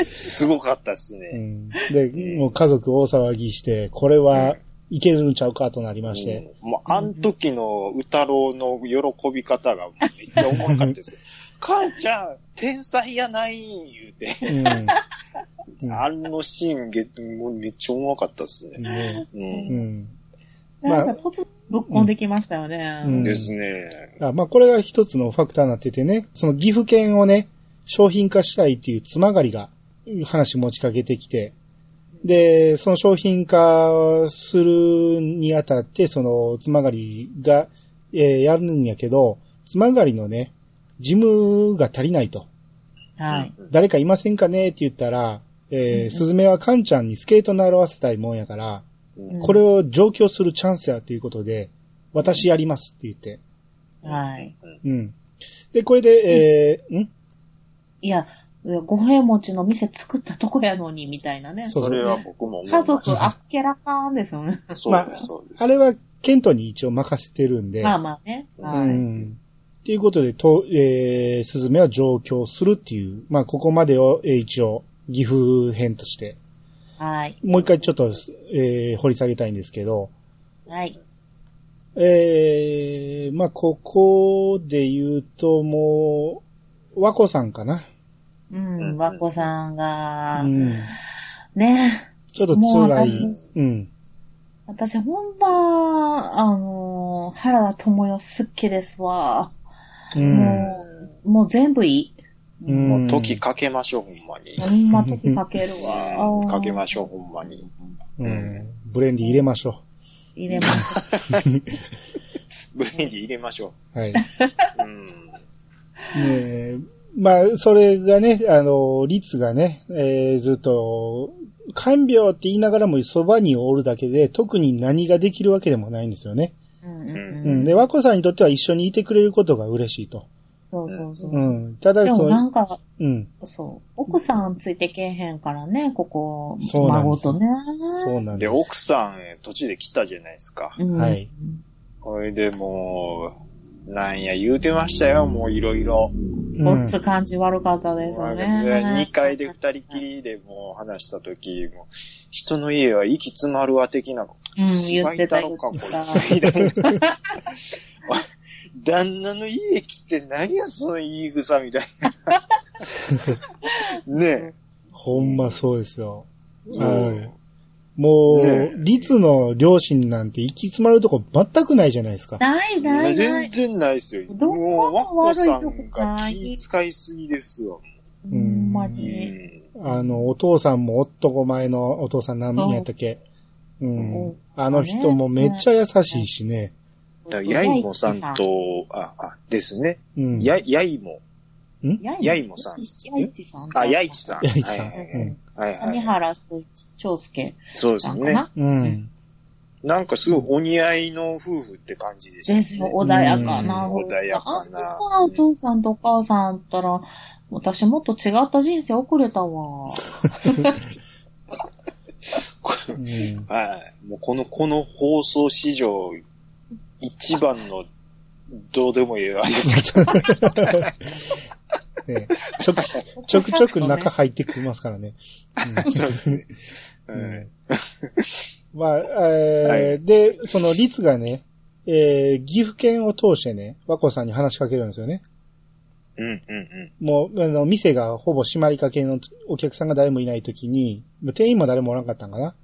Speaker 3: すごかったですね。
Speaker 2: で、もう家族大騒ぎして、これはいけるんちゃうかとなりまして。
Speaker 3: うんもう、あん時の歌郎の喜び方がめっちゃおもろかったですよ。かんちゃん、天才やないん言うて、
Speaker 2: うん。うん
Speaker 3: あのシーンげ、もうめっちゃおもろかったですね。
Speaker 2: ね
Speaker 3: う。
Speaker 2: うんん
Speaker 1: なんか突然ぶっこんできましたよね。
Speaker 2: うん
Speaker 3: ですね。
Speaker 2: あまあ、これが一つのファクターになっててね、その岐阜県をね、商品化したいっていうつまがりが、話持ちかけてきて、で、その商品化するにあたって、そのつまがりが、えーやるんやけど、つまがりのね、事務が足りないと。
Speaker 1: はい。
Speaker 2: 誰かいませんかねって言ったら、
Speaker 1: う
Speaker 2: え
Speaker 1: ん
Speaker 2: ー、スズメはカンちゃんにスケート習わせたいもんやから、
Speaker 1: うん
Speaker 2: これを上京するチャンスやということで、私やりますって言って。
Speaker 1: はい。
Speaker 2: うん。で、これで、えー、ん
Speaker 1: いや、五平餅の店作ったとこやのに、みたいなね。
Speaker 2: そう
Speaker 3: それは僕も思いま
Speaker 1: 家
Speaker 3: した
Speaker 1: 族あっけらかんですよね。
Speaker 3: そうです、そうです。
Speaker 2: あれはケントに一応任せてるんで、
Speaker 1: まあまあね。は
Speaker 2: う
Speaker 1: い。
Speaker 2: ん。っていうことで、と、えー、スズメは上京するっていう、まあ、ここまでを、えー一応、岐阜編として、
Speaker 1: はい。
Speaker 2: もう一回ちょっと、えー、掘り下げたいんですけど、
Speaker 1: はい。
Speaker 2: ええまあ、ここで言うと、もう、和子さんかな。
Speaker 1: うん、和子さんが
Speaker 2: う、ん。
Speaker 1: ね、
Speaker 2: ちょっと
Speaker 1: もう
Speaker 2: 辛
Speaker 1: 私
Speaker 2: い。うん。
Speaker 1: 私ほんま、あのー、原田智代好きですわ。
Speaker 2: うん。
Speaker 1: もう、もう全部いい。
Speaker 2: うん
Speaker 3: もう時かけましょう、ほんまに。
Speaker 1: ほんま時かける
Speaker 3: う
Speaker 1: わ
Speaker 3: ん。かけましょう、ほんまに。
Speaker 2: うん。ブレンディ入れましょ
Speaker 1: 入れます。
Speaker 3: ブレンディ入れましょ
Speaker 2: う。はい。
Speaker 3: う。うん。
Speaker 2: ねえまあ、それがね、あの、律がね、えーずっと、看病って言いながらもそばにおるだけで、特に何ができるわけでもないんですよね。
Speaker 1: うんう
Speaker 2: うん
Speaker 1: うん
Speaker 2: ん。で、和子さんにとっては一緒にいてくれることが嬉しいと。
Speaker 1: そうそうそうう。
Speaker 2: ん。ただ、
Speaker 1: で
Speaker 2: そ
Speaker 1: もな
Speaker 2: の、
Speaker 1: んか、
Speaker 2: うん。
Speaker 1: そう、奥さんついてけえへんからね、ここ、
Speaker 2: そうなんで
Speaker 1: 孫
Speaker 2: す
Speaker 1: とね。
Speaker 2: そうなん
Speaker 3: で、
Speaker 2: です。
Speaker 3: 奥さん、途中で来たじゃないですか。
Speaker 1: うん
Speaker 2: はい。
Speaker 3: これでもう、なんや言うてましたよ、もういろいろ。
Speaker 1: ご
Speaker 2: うん
Speaker 1: っつ感じ悪かったですよね。
Speaker 3: 2階で二人きりでもう話した時も、人の家は息詰まるわ的な、
Speaker 1: うん、言
Speaker 3: 芝
Speaker 1: っ
Speaker 3: 居
Speaker 1: てた
Speaker 3: だ
Speaker 1: 言
Speaker 3: ろ
Speaker 1: っ
Speaker 3: か、こい
Speaker 1: てた。
Speaker 3: つみたいな。 旦那の家来て何やその言い草みたいな。ね
Speaker 2: ほんまそうですよ。
Speaker 3: え。
Speaker 2: はいも
Speaker 3: ね
Speaker 2: う、律の両親なんて行き詰まるとこ全くないじゃないですか。
Speaker 1: ないないな
Speaker 3: 全
Speaker 1: い。
Speaker 3: 然ないですよ。
Speaker 1: どこ
Speaker 3: もう、
Speaker 1: も
Speaker 3: ワッコ
Speaker 1: 悪い
Speaker 3: さ
Speaker 1: とこ
Speaker 3: んが気使いすぎですよ。
Speaker 1: ほんま
Speaker 3: う
Speaker 1: に。
Speaker 3: ん。
Speaker 2: あの、お父さんも男前のお父さん何人やったっけうん。
Speaker 1: うん
Speaker 2: あの人もめっちゃ優しいしね。
Speaker 3: だからやいもさん。と、あ、あ、ですね。
Speaker 2: うん。
Speaker 3: や、やいも。
Speaker 1: や
Speaker 3: や
Speaker 1: い
Speaker 3: いもさん。
Speaker 1: やいちさん。
Speaker 3: あ、やいちさん。
Speaker 2: やいちさん
Speaker 3: はいはいうはい
Speaker 1: ん。
Speaker 3: はいはい
Speaker 1: 谷原章介
Speaker 3: そうで
Speaker 1: さ
Speaker 3: す
Speaker 1: んか
Speaker 3: ね。
Speaker 1: な。
Speaker 2: うん。
Speaker 3: なんかすごいお似合いの夫婦って感じでしたね。
Speaker 1: ですよ、穏やかな。
Speaker 3: うん穏やかな
Speaker 1: あんたお父さんとお母さんったら、私もっと違った人生遅れたわ。
Speaker 2: うん
Speaker 3: はい。もうこの、この放送史上、一番の、どうでもいいあれですけど。
Speaker 2: ねちょく、ちょくちょく中入ってきますからね。
Speaker 3: そうですね。
Speaker 2: う
Speaker 3: うんん。
Speaker 2: まあ、えーで、その律がね、えー岐阜県を通してね、和子さんに話しかけるんですよね。
Speaker 3: うんうん
Speaker 2: もう、あの、店がほぼ閉まりかけのお客さんが誰もいない時に、店員も誰もおらんかったんかな。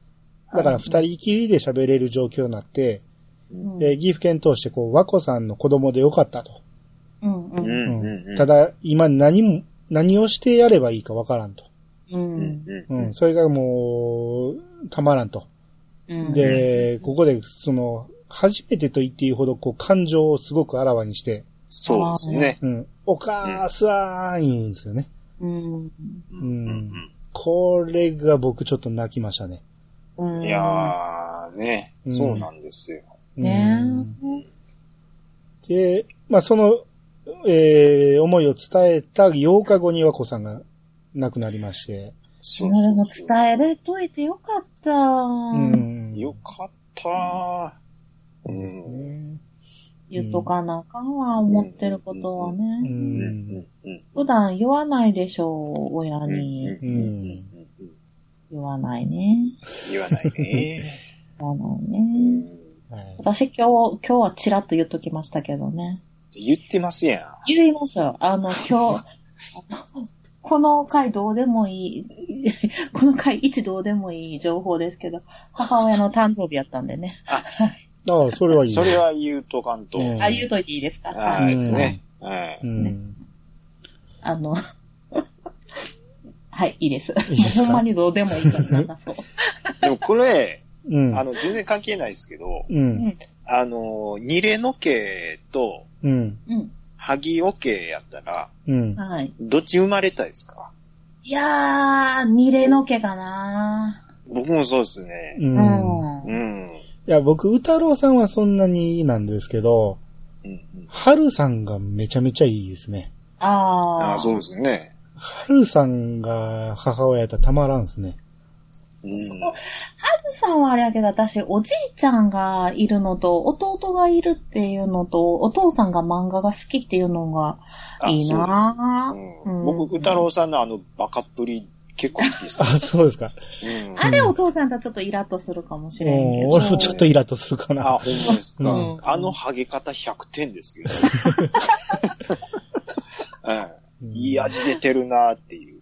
Speaker 2: だから
Speaker 3: は
Speaker 2: 二人きりで喋れる状況になって、
Speaker 1: うん
Speaker 2: えー岐阜県通してこう、和子さんの子供でよかったと。
Speaker 1: うんう
Speaker 3: う
Speaker 1: ん。
Speaker 3: んうんうんうん。
Speaker 2: ただ、今何も、何をしてやればいいかわからんと。
Speaker 1: う
Speaker 3: うんんうん
Speaker 2: う
Speaker 3: うん
Speaker 2: ん、。それがもう、たまらんと。
Speaker 1: うん。
Speaker 2: で、ここで、その、初めてと言っていいほど、こう、感情をすごくあらわにして、
Speaker 3: そうですね。
Speaker 2: うん、お母さん言うんですよね。
Speaker 1: うん。
Speaker 3: うんん
Speaker 2: これが僕ちょっと泣きましたね。
Speaker 1: うん。
Speaker 3: いやーね、そうなんですよ。
Speaker 2: うん
Speaker 1: ね
Speaker 2: で、まあ、その、えー、思いを伝えた8日後に和子さんが亡くなりまして、
Speaker 3: そう
Speaker 1: もうでも
Speaker 3: そう
Speaker 1: 伝えれといてよかった。うん。
Speaker 3: よかったー。
Speaker 2: そう
Speaker 3: う
Speaker 2: です
Speaker 3: ん。
Speaker 2: ね。
Speaker 1: 言っとかなあかんわ、思ってることは
Speaker 2: う
Speaker 1: ね。
Speaker 3: うん
Speaker 2: ん。
Speaker 3: うん
Speaker 1: 普段言わないでしょう、親
Speaker 3: うん
Speaker 1: に。
Speaker 3: うんうんうん
Speaker 1: 言わないね。
Speaker 3: 言わないね。
Speaker 1: 言わないうね。
Speaker 3: ん
Speaker 2: はい
Speaker 1: 私今日、今日はちらっと言っときましたけどね。
Speaker 3: 言ってますやん。
Speaker 1: 言いますよ。あの、今日、この回どうでもいい、 この回一どうでもいい情報ですけど、母親の誕生日やったんでね。
Speaker 2: ああ、それはいいね。
Speaker 3: それは言うとかんと。
Speaker 2: うん
Speaker 1: あ、言うといていいですか
Speaker 3: ああ、ですね。はい。
Speaker 2: うん。
Speaker 1: あの、はい、いいです。
Speaker 2: いですか
Speaker 1: ほんまにどうでもいいからな、 そう。
Speaker 3: でもこれ、
Speaker 2: うん。
Speaker 3: あの、全然関係ないですけど、
Speaker 2: うん。
Speaker 3: あの、ニレの家と、
Speaker 2: うん。
Speaker 1: うん。
Speaker 3: 萩尾家やったら、
Speaker 2: うん。
Speaker 1: はい。
Speaker 3: どっち生まれたいですか
Speaker 1: いやー、二例の家かな
Speaker 3: 僕もそうですね。
Speaker 1: う
Speaker 2: うん。
Speaker 1: ん。
Speaker 3: う
Speaker 1: うん。
Speaker 3: ん。
Speaker 2: いや、僕、歌郎さんはそんなになんですけど、
Speaker 3: うん。
Speaker 2: 春さんがめちゃめちゃいいですね。
Speaker 1: あー。
Speaker 3: ああ、そうですね。
Speaker 2: 春さんが母親やったらたまらんですね。
Speaker 3: うん。
Speaker 1: そこ春さんはあれやけど、私、おじいちゃんがいるのと、弟がいるっていうのと、お父さんが漫画が好きっていうのが
Speaker 3: あ
Speaker 1: いいなぁ
Speaker 3: そうです
Speaker 1: う
Speaker 3: うんん僕、歌郎さんのあの、バカっぷり、結構好き です。
Speaker 2: あ、そうですか。
Speaker 3: うん
Speaker 1: あれ、お父さんとちょっとイラッとするかもし
Speaker 2: う
Speaker 1: れんけ
Speaker 2: ん
Speaker 1: ど。
Speaker 2: 俺もちょっとイラッとするか
Speaker 3: あ、
Speaker 2: な。
Speaker 3: ほんまですか。
Speaker 2: うん
Speaker 3: あの、ハゲ方100点ですけど。う
Speaker 2: うん
Speaker 3: ん、いい味出てるなっていう。
Speaker 2: うん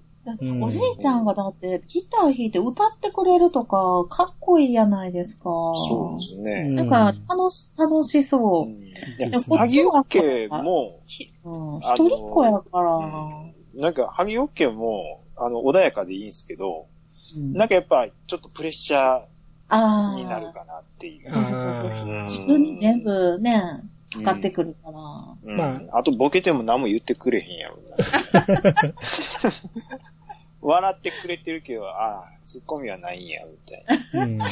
Speaker 1: おじいちゃんがだって、ギター弾いて歌ってくれるとか、かっこいいやないですか。
Speaker 3: そうですね。
Speaker 1: だから
Speaker 2: う、ん
Speaker 1: 楽し、楽し
Speaker 3: う
Speaker 1: そ
Speaker 3: ん。
Speaker 2: で
Speaker 1: う。
Speaker 2: すね
Speaker 3: 萩尾家も、
Speaker 1: う、ひうん、
Speaker 3: あの
Speaker 1: 一人っ子やから。
Speaker 3: うんなんか、萩尾家も、あの、穏やかでいいんですけど、
Speaker 1: うん
Speaker 3: なんかやっぱ、ちょっとプレッシャ
Speaker 1: あ
Speaker 3: ー
Speaker 1: ー
Speaker 3: になるかなっていう。
Speaker 1: そうそうそう
Speaker 2: あー
Speaker 1: 自分に全部ね、
Speaker 3: か
Speaker 1: かかってくるから。
Speaker 3: うん
Speaker 2: ま
Speaker 3: あ、とボケても何も言ってくれへんやろな。笑ってくれてるけど、ああ、ツッコミはないんや、みたい
Speaker 2: うん
Speaker 3: な。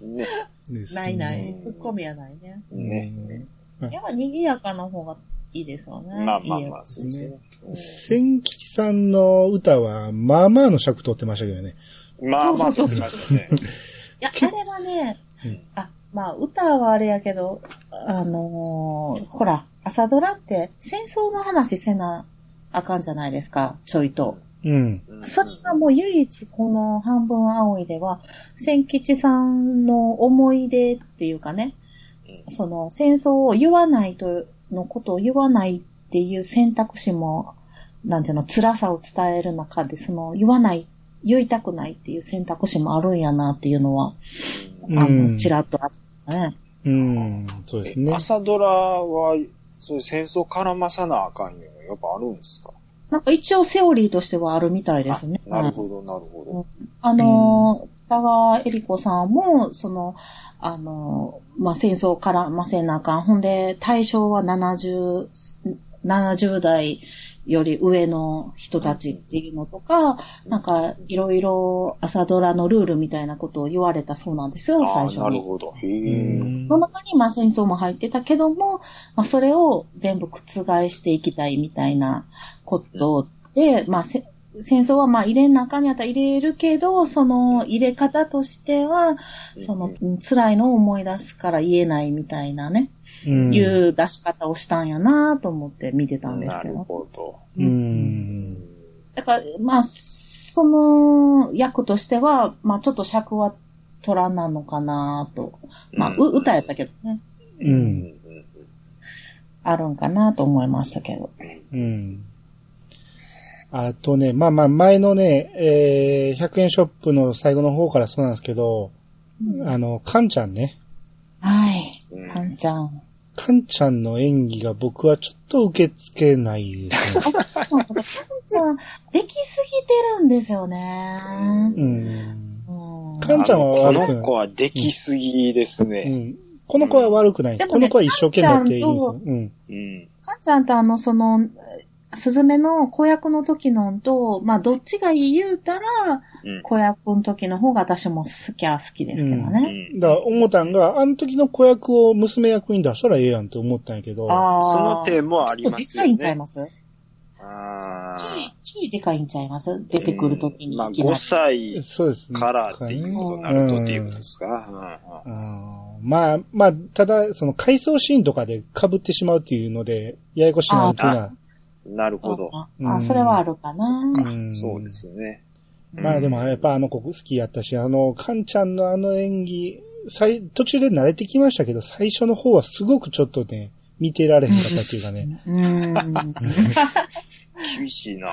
Speaker 3: ね。
Speaker 2: ですね
Speaker 1: ないな
Speaker 3: う
Speaker 1: い
Speaker 3: ん。
Speaker 1: ツッコミはないね。
Speaker 3: ね。
Speaker 1: やっぱ賑やかな方がいいですよね。
Speaker 3: まあまあまあ、
Speaker 1: 家
Speaker 3: そうですね。
Speaker 2: 千吉さんの歌は、まあまあの尺取ってましたけどね。
Speaker 3: うんまあまあ、
Speaker 1: そ
Speaker 3: そ
Speaker 1: そう
Speaker 3: ううしましたね。
Speaker 1: いや、あれはね
Speaker 2: うん、
Speaker 1: あ、まあ歌はあれやけど、あのーほら、朝ドラって戦争の話せなあかんじゃないですか、ちょいと。
Speaker 2: うん。
Speaker 3: うん
Speaker 1: それがもう唯一この半分青いでは、千吉さんの思い出っていうかね、その戦争を言わないと、のことを言わないっていう選択肢も、なんていうの、辛さを伝える中で、その言わない、言いたくないっていう選択肢もあるんやなっていうのは、
Speaker 3: うん
Speaker 2: うん
Speaker 1: あの、ちらっとあったね。
Speaker 2: うん。そうですね。
Speaker 3: 朝ドラは、そういう戦争絡まさなあかんよ。やっぱあるんですか
Speaker 1: なんか一応セオリーとしてはあるみたいですね。
Speaker 3: あなるほど、なるほ
Speaker 1: あの、北川恵理子さんも、その、あの、まあ、戦争からませなあかん。ほんで、対象は70、70代より上の人たちっていうのとか、
Speaker 3: ど。
Speaker 1: なんか、いろいろ朝ドラのルールみたいなことを言われたそうなんですよ、最
Speaker 3: ああ、
Speaker 1: 初
Speaker 3: なる
Speaker 1: に。
Speaker 3: ほど。へ
Speaker 2: う
Speaker 3: え。
Speaker 2: ん
Speaker 1: その中に、まあ、戦争も入ってたけども、まあ、それを全部覆していきたいみたいなことで、まあ、せ戦争はまあ入れん中にあったら入れるけど、その入れ方としては、そのうん辛いのを思い出すから言えないみたいなね、
Speaker 2: うん
Speaker 1: いう出し方をしたんやなと思って見てたんです
Speaker 3: な
Speaker 1: け
Speaker 3: る
Speaker 1: ど。
Speaker 3: ほど。
Speaker 2: うん。
Speaker 1: だから、まあ、その役としては、まあちょっと尺は取らんなのかなと。まあ、う歌やったけどね。
Speaker 2: うん。
Speaker 1: あるんかなと思いましたけど。
Speaker 2: うん。あとね、まあまあ前のね、えー、100円ショップの最後の方からそうなんですけど、あの、カンちゃんね。
Speaker 1: はい。
Speaker 3: うん
Speaker 1: パンちゃん。
Speaker 2: カンちゃんの演技が僕はちょっと受け付けないですね。
Speaker 1: パンちゃん、できすぎてるんですよね。
Speaker 2: うん。
Speaker 1: うん
Speaker 2: カンちゃん
Speaker 3: あ
Speaker 2: は悪く
Speaker 3: の
Speaker 2: ない
Speaker 3: この子はできすぎです
Speaker 2: う
Speaker 3: ね。
Speaker 2: ん。この子は悪くないで
Speaker 1: で
Speaker 2: す。こ
Speaker 1: もね
Speaker 2: の子は一生懸命やっていいですよ
Speaker 1: カ。
Speaker 2: うん。
Speaker 3: うん。
Speaker 1: かんちゃんとあの、その、すずめの子役の時のんと、まあ、どっちがいい言うたら、
Speaker 3: うん
Speaker 1: 子役の時の方が私も好きは好きですけど
Speaker 3: う
Speaker 1: ね。
Speaker 3: ん
Speaker 2: だから、思ったんが、あの時の子役を娘役に出したらええやんって思ったんやけど、
Speaker 1: ああ。
Speaker 3: その点もあ
Speaker 1: ち
Speaker 3: り
Speaker 1: ょっと
Speaker 3: ま
Speaker 1: ですか
Speaker 3: よ
Speaker 1: いんちゃい
Speaker 3: ね。
Speaker 1: ます
Speaker 3: あ
Speaker 1: ちょい
Speaker 3: ー、
Speaker 1: ちょいでかいんちゃいます出てくる時に。
Speaker 3: まあ、
Speaker 1: いきなり
Speaker 3: 5歳
Speaker 2: そうですね。
Speaker 3: からっていうことになるとっていうことですか。
Speaker 2: うんまあ、まあ、ただ、その回想シーンとかで被ってしまうっていうので、ややこしいなっていうの
Speaker 3: う
Speaker 2: は、
Speaker 3: んうんなるほど。
Speaker 1: あ
Speaker 2: うん
Speaker 1: あ、それはあるかな。
Speaker 2: っ
Speaker 3: そ
Speaker 2: かうん
Speaker 3: そうですね。うん
Speaker 2: まあでもやっぱあの子好きやったし、あの、カンちゃんのあの演技、最、途中で慣れてきましたけど、最初の方はすごくちょっとね、見てられへんかったっていうかね。
Speaker 1: うーん。
Speaker 3: 厳しいな。
Speaker 1: ね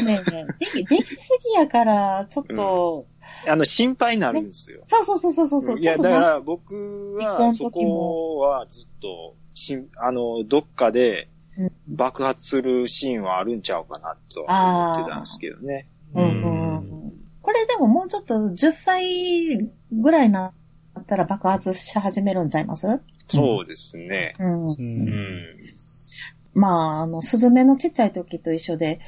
Speaker 1: えねえでき、できすぎやから、ちょっと、
Speaker 3: あの、心配になるんですよ。
Speaker 1: そうそうそうそうそうそう。
Speaker 3: いや、
Speaker 1: ちょ
Speaker 3: だ
Speaker 1: っと
Speaker 3: か
Speaker 1: な
Speaker 3: ら僕は、そこはずっと、しんあの、どっかで
Speaker 1: うん
Speaker 3: 爆発するシーンはあるんちゃうかなとは思ってたんですけどね。
Speaker 1: うんうんこれでももうちょっと10歳ぐらいなったら爆発し始めるんちゃいます
Speaker 3: そうですね。
Speaker 1: うん
Speaker 2: う。
Speaker 3: うん。
Speaker 2: ん。
Speaker 1: まあ、あの、スズメのちっちゃい時と一緒で、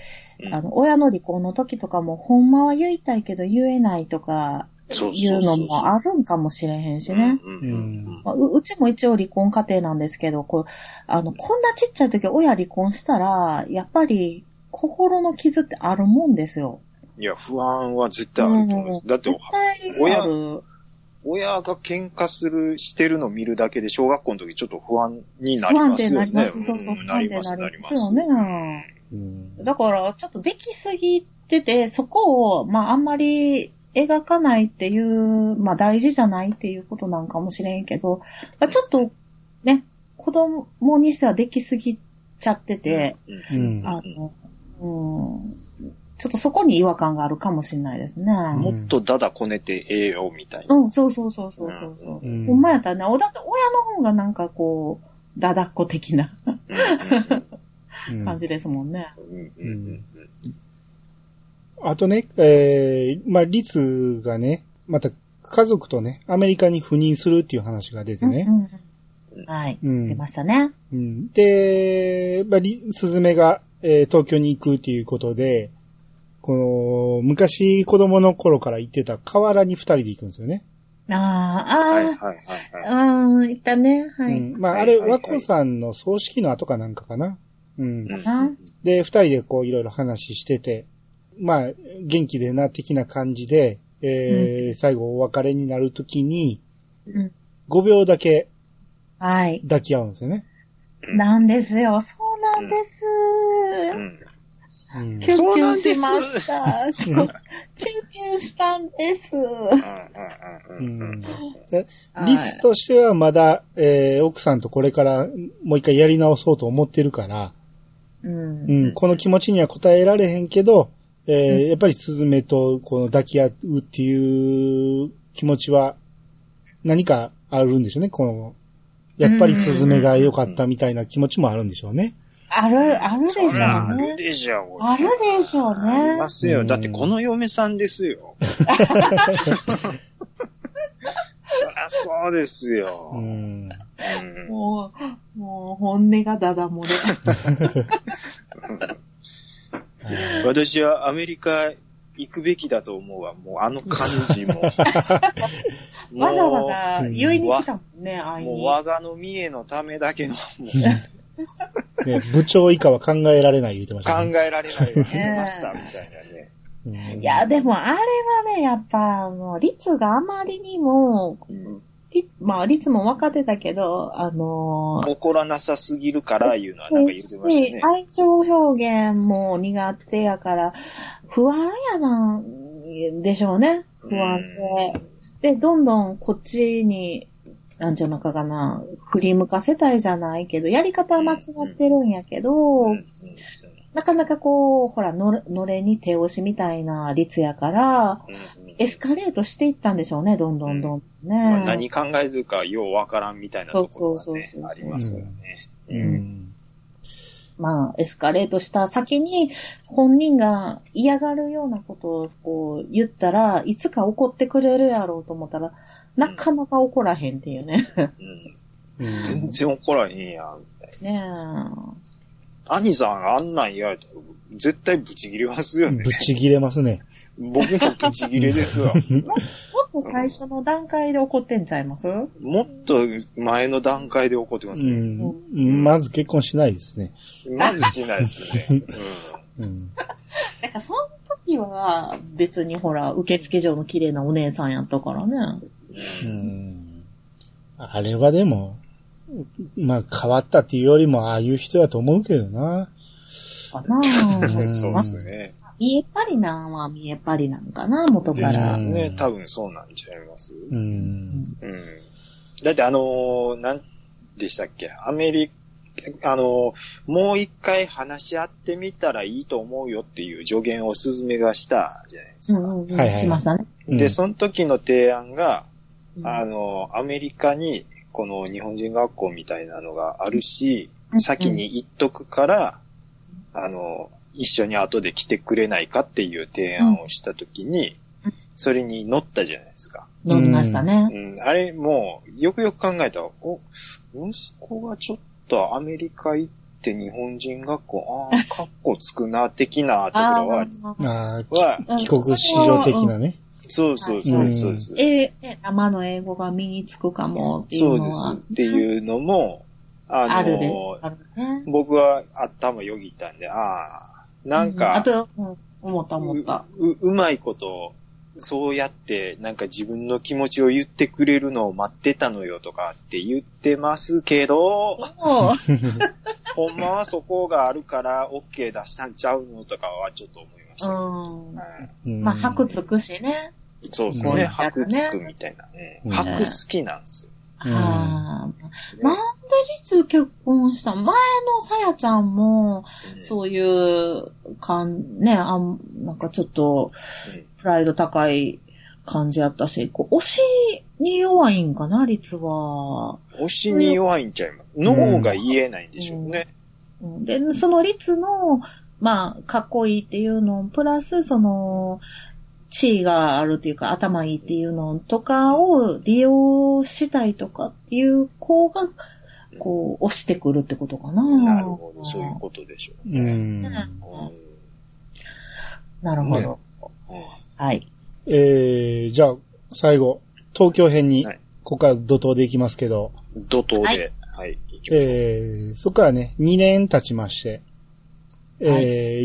Speaker 3: うん
Speaker 1: あの、親の離婚の時とかも、ほんまは言いたいけど言えないとか、
Speaker 3: そう
Speaker 1: い
Speaker 3: そううそ
Speaker 1: の
Speaker 3: う
Speaker 1: もあるんかもしれへんしね。
Speaker 3: うん
Speaker 2: うん
Speaker 1: まあううちも一応離婚家庭なんですけど、こう、あの、こんなちっちゃい時親離婚したら、やっぱり心の傷ってあるもんですよ。
Speaker 3: いや、不安は絶対あると思います。だって、
Speaker 1: 絶対
Speaker 3: 親
Speaker 1: ある。
Speaker 3: 親が喧嘩する、してるの見るだけで、小学校の時ちょっと不安になり
Speaker 1: 不安
Speaker 3: ます
Speaker 1: 定にな
Speaker 3: よね。
Speaker 1: ります。そうそう、
Speaker 3: う
Speaker 1: 不
Speaker 3: んな
Speaker 1: 安
Speaker 3: り
Speaker 1: 定
Speaker 3: ま
Speaker 1: に
Speaker 3: す、
Speaker 1: な
Speaker 3: な
Speaker 1: り
Speaker 3: り
Speaker 1: ま
Speaker 3: ますす。
Speaker 1: よね。
Speaker 2: うん
Speaker 1: だから、ちょっとできすぎてて、そこを、まあ、あんまり描かないっていう、まあ、大事じゃないっていうことなんかもしれんけど、まあちょっと、ね、子供にしてはできすぎちゃってて、
Speaker 3: うん
Speaker 2: うん
Speaker 1: あの、うん、ちょっとそこに違和感があるかもしれないですね。
Speaker 3: もっとダダこねてええよ、みたいな。
Speaker 1: うん、そうそうそうそうそうそう。
Speaker 2: うん
Speaker 1: ほんまやったらね、おだって親の方がなんかこう、だだっこ的な
Speaker 2: うん
Speaker 1: 感じですもんね。
Speaker 3: うんうんうんうん
Speaker 2: あとね、えー、まあ、リツがね、また家族とね、アメリカに赴任するっていう話が出てね。
Speaker 1: うんうんはい。
Speaker 2: うん
Speaker 1: 出ましたね。
Speaker 2: うんで、まあ、り、すずめが、えー東京に行くっていうことで、この、昔子供の頃から行ってた河原に二人で行くんですよね。
Speaker 3: はいはい
Speaker 1: あ
Speaker 3: はい
Speaker 1: あ、
Speaker 3: はい。
Speaker 1: ああ、うん、いったね。はい。
Speaker 2: うん、まあ、
Speaker 3: は
Speaker 2: あ
Speaker 3: いはい
Speaker 2: れ、
Speaker 3: はい
Speaker 2: 和光さんの葬式の後かなんかかな。うん。
Speaker 1: ん
Speaker 2: で、二人でこういろいろ話してて、まあ、元気でな、的な感じで、えー最後お別れになるときに、
Speaker 1: うん
Speaker 2: 5秒だけ
Speaker 1: はい。
Speaker 2: 抱き合うんですよね。
Speaker 3: うん
Speaker 1: なんですよ。そうなんです。
Speaker 3: うん
Speaker 2: うん
Speaker 1: キュンキュンし
Speaker 3: そうな
Speaker 1: ま
Speaker 3: んです
Speaker 1: した。そうキュンキュンしたんです。
Speaker 3: うんうんうん
Speaker 2: リツとしてはまだ、えー奥さんとこれからもう一回やり直そうと思ってるから、
Speaker 1: うん
Speaker 2: う。ん、この気持ちには応えられへんけど、えーやっぱりスズメとこの抱き合うっていう気持ちは何かあるんでしょうね、この、やっぱりスズメが良かったみたいな気持ちもあるんでしょうね。
Speaker 1: ある、あるでしょ
Speaker 3: そりゃあ
Speaker 1: う
Speaker 3: る
Speaker 1: ね。
Speaker 3: でしょう。
Speaker 1: あるでしょう
Speaker 3: あり
Speaker 1: ね
Speaker 3: ま。すよ。だってこの嫁さんです よ。そりゃそうですよ。
Speaker 2: う
Speaker 3: うん
Speaker 2: ん。
Speaker 1: もう、もう本音がダダ漏れ。
Speaker 3: 私はアメリカ行くべきだと思うわ。もうあの感じ も。
Speaker 1: わざ
Speaker 3: もう
Speaker 1: わざ言いに来たもんね、あい
Speaker 3: もう
Speaker 1: に。
Speaker 3: 我がの三重のためだけの、もう
Speaker 2: ね部長以下は考えられない言ってまし
Speaker 3: 考
Speaker 2: た、ね。
Speaker 3: えられないわ、出ました、みたいなね。
Speaker 2: うん
Speaker 1: いや、でもあれはね、やっぱ、あの、率があまりにも、
Speaker 3: うん
Speaker 1: りまあ、率も分かってたけど、あのー、
Speaker 3: 怒らなさすぎるから、いうのはなんか言ってましたね。
Speaker 1: 愛情表現も苦手やから、不安やなんでしょうね。不安で。で、どんどんこっちになんちゅうのかがな、振り向かせたいじゃないけど、やり方は間違ってるんやけど、
Speaker 3: うんうん
Speaker 1: なかなかこう、ほら、のれのれに手押しみたいな率やから、
Speaker 3: うんうん
Speaker 1: エスカレートしていったんでしょうね、どんどんどんどんね。
Speaker 3: まあ何考えずかようわからんみたいなところが
Speaker 1: そうそう
Speaker 3: ね
Speaker 1: そうそう
Speaker 3: ありますからね。
Speaker 1: ん
Speaker 2: うん。
Speaker 1: まあ、エスカレートした先に、本人が嫌がるようなことをこう言ったらいつか怒ってくれるやろうと思ったら、なかなか怒らへんっていうね。
Speaker 3: うん
Speaker 2: うん
Speaker 3: 全然怒らへんやん。
Speaker 1: ね
Speaker 3: 兄さんあんなん言われたら、絶対ブチギレますよね。
Speaker 2: ぶち切れますね。
Speaker 3: 僕もブチギレです わ。
Speaker 1: え。もっと最初の段階で怒ってんちゃいます
Speaker 3: もっと前の段階で怒ってます
Speaker 2: う
Speaker 3: よ。
Speaker 2: ん。まず結婚しないですね。
Speaker 3: まずしないですね。
Speaker 2: うん。
Speaker 1: だからその時は別にほら、受付嬢の綺麗なお姉さんやったからね。
Speaker 2: う
Speaker 3: うん
Speaker 2: ん。あれはでも、まあ変わったっていうよりも、ああいう人やと思うけどな。
Speaker 1: かな
Speaker 2: う
Speaker 3: うんんそうですね。
Speaker 1: 見えっぱりなんは見えっぱりなんかな、元
Speaker 3: で
Speaker 1: か
Speaker 2: う
Speaker 1: ら。
Speaker 2: ん
Speaker 3: ね、多分そうなんちゃいます。
Speaker 2: うん。
Speaker 3: うん。だってあのーなんでしたっけ、アメリカ、あのーもう一回話し合ってみたらいいと思うよっていう助言をスズメがしたじゃないです
Speaker 1: う
Speaker 3: か。
Speaker 1: んうんうん
Speaker 2: はいはい
Speaker 1: しましたね。
Speaker 2: うん
Speaker 3: で、その時の提案が、
Speaker 1: うん
Speaker 3: あの、アメリカに、この日本人学校みたいなのがあるし
Speaker 1: う、ん
Speaker 3: 先に行っとくから、あの、一緒に後で来てくれないかっていう提案をしたときに
Speaker 1: うん、
Speaker 3: それに乗ったじゃないですか。
Speaker 1: 乗りましたね。
Speaker 3: うん、あれ、もう、よくよく考えたら、お、息子がちょっとアメリカ行って日本人学校、 ああ、かっこつくな、的なところは、
Speaker 2: ああ、
Speaker 3: は、
Speaker 1: うん
Speaker 2: 帰国子女的なね。
Speaker 3: そうそうそうそうです。
Speaker 1: えー、ね生の英語が身につくかもっていう
Speaker 3: そう
Speaker 1: の
Speaker 3: です
Speaker 1: は。。
Speaker 3: っていうのも、あの
Speaker 1: あるで、あるね。
Speaker 3: 僕は頭よぎったんで、ああ、なん
Speaker 1: うあ
Speaker 3: か、
Speaker 1: と、うん思った思った。
Speaker 3: うううまいこと、そうやって、なんか自分の気持ちを言ってくれるのを待ってたのよとかって言ってます けど、
Speaker 1: もう、
Speaker 3: ほんまはそこがあるから OK 出したんちゃうのとかはちょっと思いましたけど。
Speaker 1: うん。
Speaker 2: うん
Speaker 1: まあ、白つくしね。
Speaker 3: そうです
Speaker 2: そう
Speaker 3: ね。
Speaker 1: やった
Speaker 3: 白
Speaker 1: らね
Speaker 3: つくみたいな。うん
Speaker 2: うん
Speaker 3: 白好きなんですよ。
Speaker 2: うん
Speaker 1: あー
Speaker 3: ね
Speaker 1: なんでいつ結婚した前のさやちゃんも、そういう、かん、ね、あん、なんかちょっと、
Speaker 3: うん
Speaker 1: プライド高い感じやったし、こう、推しに弱いんかな、率は。
Speaker 3: 推しに弱いんちゃいます。脳が言えないんでしょうね。
Speaker 1: うんで、その率の、まあ、かっこいいっていうの、プラス、その、地位があるっていうか、頭いいっていうのとかを利用したいとかっていう子が、こう、押してくるってことかな。
Speaker 3: なるほど。そういうことでしょう
Speaker 2: う
Speaker 3: ね。
Speaker 2: ん。
Speaker 1: なるほど。
Speaker 2: ね
Speaker 3: うんうん
Speaker 1: はい。
Speaker 2: えー、じゃあ、最後、東京編に、
Speaker 3: はい
Speaker 2: ここから怒涛でいきますけど、
Speaker 3: 怒涛
Speaker 1: は
Speaker 3: で、はい、行きましょう。
Speaker 2: えー、そこからね、2年経ちまして、え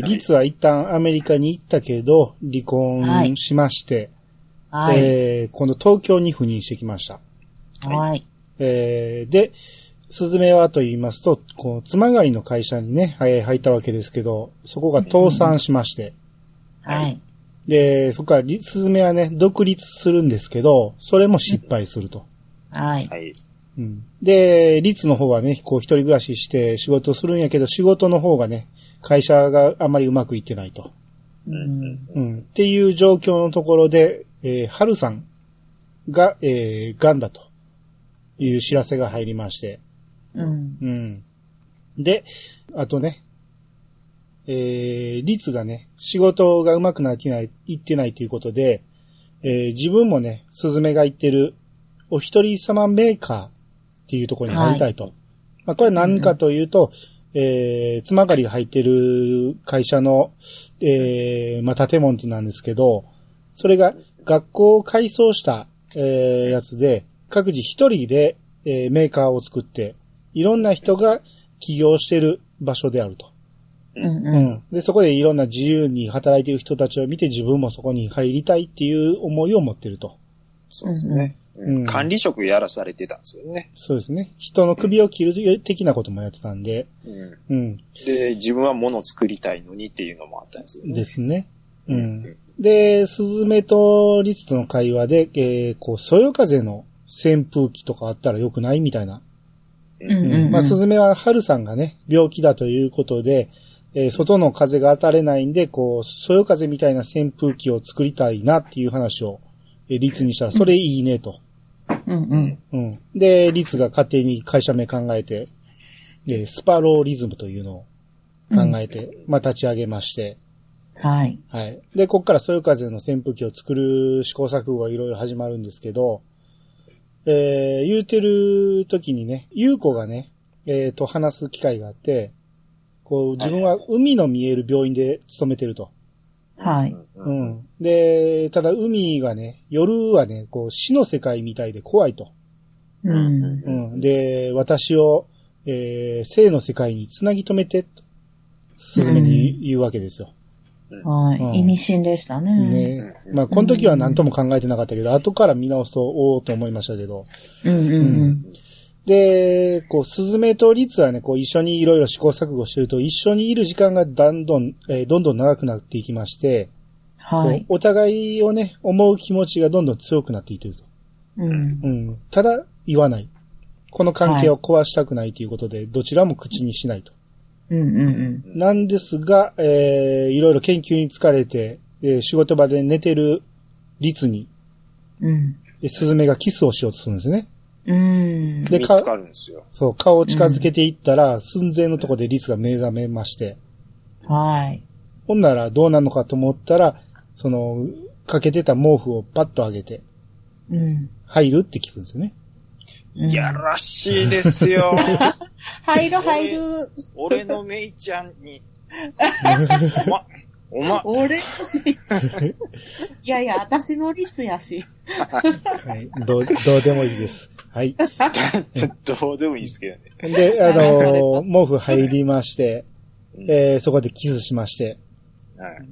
Speaker 2: ー、
Speaker 3: はい
Speaker 2: 律は一旦アメリカに行ったけど、離婚しまして、
Speaker 1: はい。
Speaker 2: えー、今度東京に赴任してきました。
Speaker 1: はい。
Speaker 2: えー、で、スズメはと言いますと、この、つまがりの会社にね、えー入ったわけですけど、そこが倒産しまして、
Speaker 1: はい。
Speaker 2: で、そこからり、スズメはね、独立するんですけど、それも失敗すると。
Speaker 1: はい。
Speaker 3: はい。
Speaker 2: うん。で、リツの方はね、こう一人暮らしして仕事するんやけど、仕事の方がね、会社があまりうまくいってないと。
Speaker 1: う
Speaker 3: うん
Speaker 1: ん。
Speaker 2: うん。っていう状況のところで、えー、春さんが、えー、癌だという知らせが入りまして。
Speaker 1: うん。
Speaker 2: うん。で、あとね、えー、リツがね、仕事がうまくなってない、いってないということで、えー、自分もね、スズメが言ってる、お一人様メーカーっていうところに入りたいと。まあ、これは何かというと、えー、つまがりが入ってる会社の、えー、まあ、建物なんですけど、それが学校を改装した、えー、やつで、各自一人で、えー、メーカーを作って、いろんな人が起業してる場所であると。
Speaker 1: うん。
Speaker 2: う
Speaker 1: うん
Speaker 2: ん。で、そこでいろんな自由に働いている人たちを見て自分もそこに入りたいっていう思いを持ってると。
Speaker 3: そうですね。
Speaker 2: ん
Speaker 3: うん管理職やらされてたんですよね。
Speaker 2: そうですね。人の首を切る的なこともやってたんで。
Speaker 3: うん
Speaker 2: うん。
Speaker 3: で、自分は物を作りたいのにっていうのもあったんですよね。
Speaker 2: ですね。
Speaker 3: う
Speaker 2: うんん。で、スズメとリツとの会話で、えーこう、そよ風の扇風機とかあったら良くないみたいな。
Speaker 1: うんうんうん
Speaker 2: まあ、スズメは春さんがね、病気だということで、えー外の風が当たれないんで、こう、そよ風みたいな扇風機を作りたいなっていう話を、えーリツにしたら、それいいねと。
Speaker 1: うんうん。
Speaker 2: うん。で、リツが勝手に会社名考えて、えースパローリズムというのを考えて、まあ、立ち上げまして、
Speaker 1: はい。
Speaker 2: はい。で、こっからそよ風の扇風機を作る試行錯誤がいろいろ始まるんですけど、えー、言うてる時にね、優子がね、えー、と話す機会があって、こう、自分は海の見える病院で勤めてると。
Speaker 1: はい。
Speaker 3: う。
Speaker 2: うんん。で、ただ海がね、夜はね、こう、死の世界みたいで怖いと。
Speaker 1: うん。
Speaker 2: うん。で、私を、えー、生の世界につなぎ止めて、と、すずめに言うわけですよ。
Speaker 1: は
Speaker 2: うん
Speaker 1: い。意味深でしたね。
Speaker 2: ね
Speaker 3: うん
Speaker 2: まあ、この時は何とも考えてなかったけど、後から見直そう、おおと思いましたけど。
Speaker 1: うんうん
Speaker 2: で、こう、スズメとリツはね、こう、一緒にいろいろ試行錯誤してると、一緒にいる時間がだんどん、えーどんどん長くなっていきまして、
Speaker 1: うん。は
Speaker 2: こ
Speaker 1: い。
Speaker 2: うお互いをね、思う気持ちがどんどん強くなっていってると。
Speaker 1: うん。
Speaker 2: うん。ただ、言わない。この関係を壊したくないということで、どちらも口にしないと。
Speaker 1: うんうん
Speaker 3: うん
Speaker 2: なんですが、えー、いろいろ研究に疲れて、えー仕事場で寝てるリツに、
Speaker 1: うん。うん。
Speaker 2: えスズメがキスをしようとするんですね。
Speaker 1: うん。
Speaker 2: で
Speaker 3: 見つかるんですよ。
Speaker 2: そう、顔を近づけていったら、寸前のとこでリスが目覚めまして、
Speaker 1: はい。
Speaker 2: ほんならどうなのかと思ったら、その、かけてた毛布をパッと上げて、
Speaker 1: うん。
Speaker 2: 入るって聞くんですよね。
Speaker 1: うん
Speaker 3: いやらしいで すよ。
Speaker 1: 入る入る。
Speaker 3: 俺のメイちゃんに。おま、おま、
Speaker 1: 俺いやいや、私の率やし。
Speaker 2: はい。どう、どうでもいいです。はい。
Speaker 3: どうでもいいですけどね。
Speaker 2: で、あの毛布入りまして、えーそこでキスしまして、
Speaker 3: はい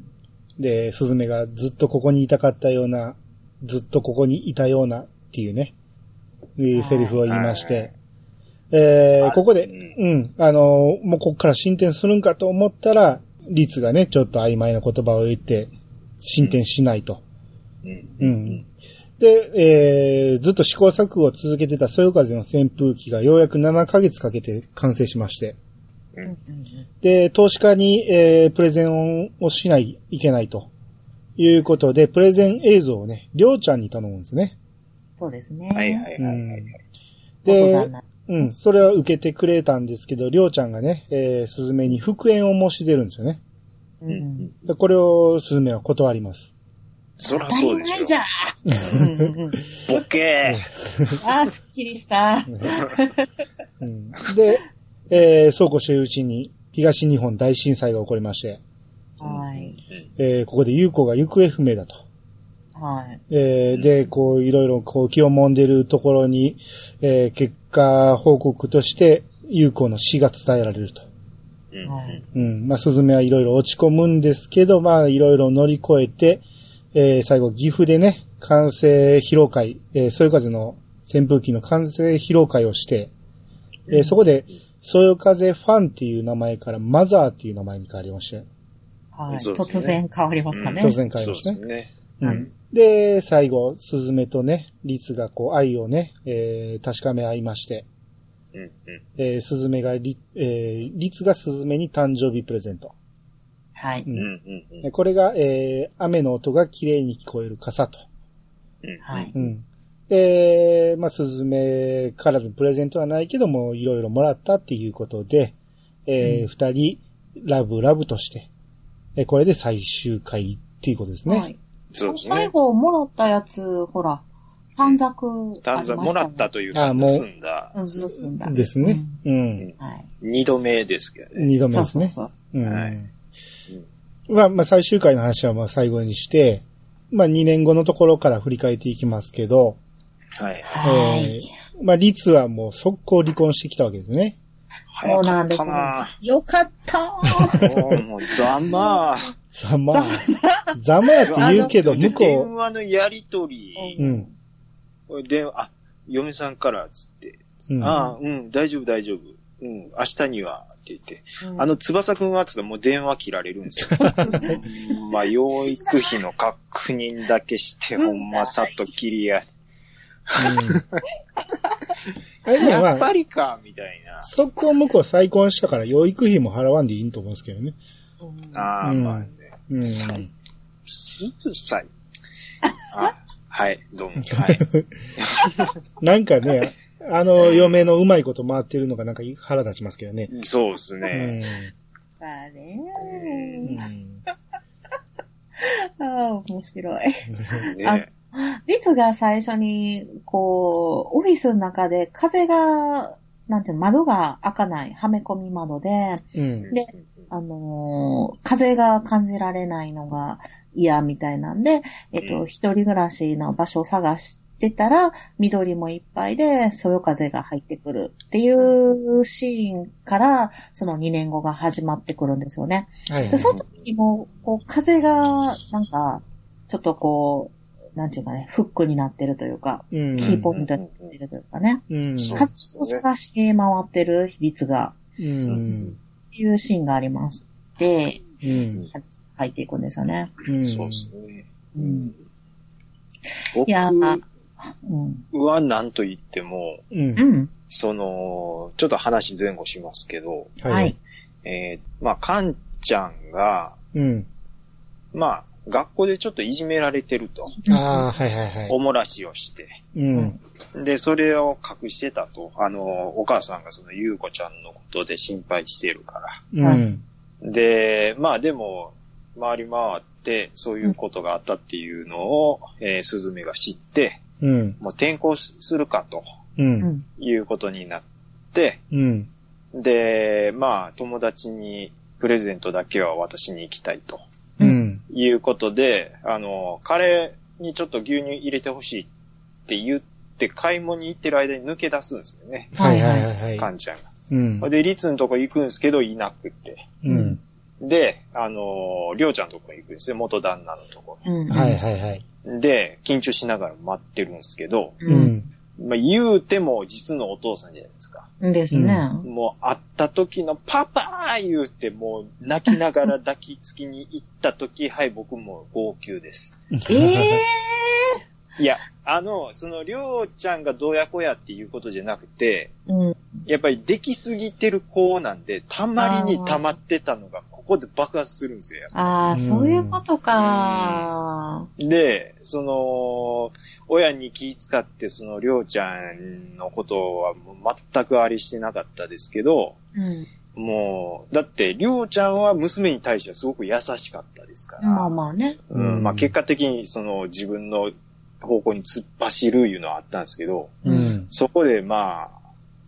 Speaker 2: で、スズメがずっとここにいたかったような、ずっとここにいたようなっていうね、えーセリフを言いまして、えー
Speaker 3: あ
Speaker 2: ここで、
Speaker 3: う
Speaker 2: うん、あのーもうこっから進展するんかと思ったら、リツがね、ちょっと曖昧な言葉を言って、進展しないと。
Speaker 3: うん
Speaker 2: うん。で、えーずっと試行錯誤を続けてたそよ風の扇風機がようやく7ヶ月かけて完成しまして、で、投資家に、えープレゼンをしない、いけないと。いうことで、プレゼン映像をね、りょうちゃんに頼むんですね。
Speaker 1: そうですね。
Speaker 3: はいはいは
Speaker 2: う
Speaker 3: い
Speaker 2: ん
Speaker 3: はい。
Speaker 1: 大人
Speaker 2: で
Speaker 1: に、な
Speaker 2: うん、それは受けてくれたんですけど、りょうちゃんがね、えー、すずめに復縁を申し出るんですよね。
Speaker 1: うんうん。
Speaker 2: でこれをすずめは断ります。
Speaker 3: そら
Speaker 1: 当た
Speaker 3: そ
Speaker 1: り
Speaker 3: うで
Speaker 1: 前
Speaker 3: し
Speaker 1: じ
Speaker 3: ょ。
Speaker 1: ゃん。うんうんうん
Speaker 3: ボケ
Speaker 1: あー、すっきりした。
Speaker 2: うん、で、えー、そうこうしているうちに、東日本大震災が起こりまして、
Speaker 1: はい。
Speaker 2: えー、ここで優子が行方不明だと。
Speaker 1: はい。
Speaker 2: えーで、こう、いろいろ、こう、気を揉んでるところに、えー結果報告として、有効の死が伝えられると。
Speaker 3: ーうん
Speaker 1: はい
Speaker 2: うん。まあ、スズメはいろいろ落ち込むんですけど、まあ、いろいろ乗り越えて、えー最後、岐阜でね、完成披露会、えー、そよ風の扇風機の完成披露会をして、えーそこで、そよ風ファンっていう名前から、マザーっていう名前に変わりましたよ。
Speaker 1: はい。
Speaker 3: そうですね
Speaker 1: 突然変わりましたね。
Speaker 2: 突然変わり
Speaker 3: そう
Speaker 2: ま
Speaker 3: で
Speaker 2: したね
Speaker 3: す。ね。
Speaker 2: うんで、最後、スズメとね、リツがこう、愛をね、えー確かめ合いまして、
Speaker 3: うんうん
Speaker 2: えー、スズメがリ、えー、リツがスズメに誕生日プレゼント。
Speaker 1: は
Speaker 2: う
Speaker 1: い。
Speaker 2: ん
Speaker 3: うんうんうん
Speaker 2: でこれが、えー雨の音が綺麗に聞こえる傘と。
Speaker 3: うん
Speaker 1: はい。
Speaker 2: うん。えーまあ、スズメからのプレゼントはないけども、いろいろもらったっていうことで、えー二、人、ラブラブとして、えーこれで最終回っていうことですね。
Speaker 1: はい
Speaker 3: そうです
Speaker 1: 最
Speaker 3: ね。
Speaker 1: 後、もらったやつ、ほら、短冊ありま
Speaker 3: 短
Speaker 1: したね、
Speaker 3: 冊もらったという
Speaker 2: あ
Speaker 3: か、
Speaker 2: もう
Speaker 3: 盗んだ。
Speaker 1: うん。盗んだ。
Speaker 2: ですね。うん
Speaker 1: うん。はい。
Speaker 3: 二度目ですけどね。
Speaker 2: 二度目ですね。
Speaker 1: そうそう
Speaker 2: う
Speaker 3: は
Speaker 2: ん
Speaker 3: い
Speaker 2: まあ、まあ、最終回の話はまあ最後にして、まあ、2年後のところから振り返っていきますけど、
Speaker 3: はい。
Speaker 1: そう。は
Speaker 2: え
Speaker 1: い。
Speaker 2: ーまあ、リツはもう速攻離婚してきたわけですね。
Speaker 1: そうなんです
Speaker 3: 早かっ
Speaker 1: よかったー
Speaker 3: たなもうもうざまあ。
Speaker 2: ざまあ、ざまあって言うけど、
Speaker 3: で
Speaker 2: 向
Speaker 3: 電
Speaker 2: こ
Speaker 3: 話のやりとり、
Speaker 2: う、うん。
Speaker 3: で、あ、嫁さんから、つって。
Speaker 2: うん、
Speaker 3: ああ、うん、大丈夫、大丈夫。うん、明日には、って言って。あ
Speaker 1: の、
Speaker 3: の、翼くんは、つったらもう電話切られるんですよ。 ほんまあ、養育費の確認だけして、ほんま、さっと切りや。
Speaker 2: あれでもま
Speaker 3: やっ
Speaker 2: あ、
Speaker 3: ぱりか、みたいな。
Speaker 2: そこ向こう再婚したから養育費も払わんでいいと思うんですけどね。
Speaker 3: ああ、
Speaker 2: うん
Speaker 3: まあね。
Speaker 2: うん。
Speaker 3: 最すぐ さい。あ、はい、どうも。はい。
Speaker 2: なんかね、あの嫁のうまいこと回ってるのがなんか腹立ちますけどね。
Speaker 3: そうです
Speaker 2: う
Speaker 3: ね。
Speaker 2: ん。
Speaker 1: あれ
Speaker 2: うん
Speaker 1: ああ、面白い。
Speaker 3: ね
Speaker 1: リツが最初に、こう、オフィスの中で風が、なんていうの、窓が開かない、はめ込み窓で、
Speaker 2: うん。
Speaker 1: であのー風が感じられないのが嫌みたいなんで、えっ
Speaker 3: う
Speaker 1: と、
Speaker 3: ん
Speaker 1: 一人暮らしの場所を探してたら、緑もいっぱいで、そよ風が入ってくるっていうシーンから、その2年後が始まってくるんですよね。
Speaker 2: はいは
Speaker 1: で、
Speaker 2: い。
Speaker 1: その時にも、こう、風が、なんか、ちょっとこう、なんていうかね、フックになってるというか、
Speaker 2: う
Speaker 1: キー
Speaker 2: ん。
Speaker 1: ポイントになってるというかね、
Speaker 2: うん。
Speaker 3: そう
Speaker 1: 風を探して回ってる比率が、
Speaker 2: うん。
Speaker 1: っていうシーンがありまして、
Speaker 2: うん。
Speaker 1: 入っていくんですよね。
Speaker 2: うん。
Speaker 3: そうですね。
Speaker 1: うん。
Speaker 3: 僕
Speaker 1: いやーうん。
Speaker 3: は何と言っても、
Speaker 2: うん
Speaker 1: う。ん。
Speaker 3: その、ちょっと話前後しますけど、
Speaker 1: は
Speaker 2: はいい。。
Speaker 3: えー、まあ、かんちゃんが、
Speaker 2: うん。
Speaker 3: まあ、学校でちょっといじめられてると、
Speaker 2: ああ、はいはいは
Speaker 3: おもらしをして、
Speaker 2: い。うん。
Speaker 3: で、それを隠してたと、あの、お母さんがその、ゆうこちゃんのことで心配してるか
Speaker 2: うん。
Speaker 3: ら。で、まあでも、回り回って、そういうことがあったっていうのを、えー、すずめが知って、
Speaker 2: うん。
Speaker 3: もう転校するかと
Speaker 2: う。
Speaker 1: うんん。
Speaker 3: いうことになって、
Speaker 2: うん。
Speaker 3: で、まあ、友達にプレゼントだけは渡しに行きたいと。
Speaker 2: うん。
Speaker 3: いうことで、あの、カレーにちょっと牛乳入れてほしいって言って、買い物に行ってる間に抜け出すんですよね、
Speaker 2: はいはいはいは
Speaker 3: カ
Speaker 2: い。
Speaker 3: ンちゃんが。
Speaker 2: うん。
Speaker 3: で、リツのとこ行くんですけど、いなくって。
Speaker 2: うん。
Speaker 3: で、あの、りょうちゃんのとこ行くんですね、元旦那のとこ
Speaker 1: うん。
Speaker 2: はい。はいはい。
Speaker 3: で、緊張しながら待ってるんですけど、
Speaker 2: う
Speaker 1: うん
Speaker 2: ん。
Speaker 3: まあ、言うても実のお父さんじゃないですか。
Speaker 1: うん。ですね。
Speaker 3: もう会った時のパパー言うて、もう泣きながら抱きつきに行った時、はい、僕も号泣です。
Speaker 1: ええ
Speaker 3: いや、あの、その、りょうちゃんがどうやこうやっていうことじゃなくて、
Speaker 1: ー。うん。
Speaker 3: やっぱりできすぎてる子なんで、たまりに溜まってたのが、ここで爆発するんですよ。
Speaker 1: ああ、そういうことか。
Speaker 3: で、その、親に気遣って、その、りょうちゃんのことはもう全くありしてなかったですけど、
Speaker 1: うん。
Speaker 3: もう、だって、りょうちゃんは娘に対してはすごく優しかったですから。
Speaker 1: まあまあね。
Speaker 3: うん、まあ結果的に、その、自分の方向に突っ走るいうのはあったんですけど、
Speaker 2: うん。
Speaker 3: そこでまあ、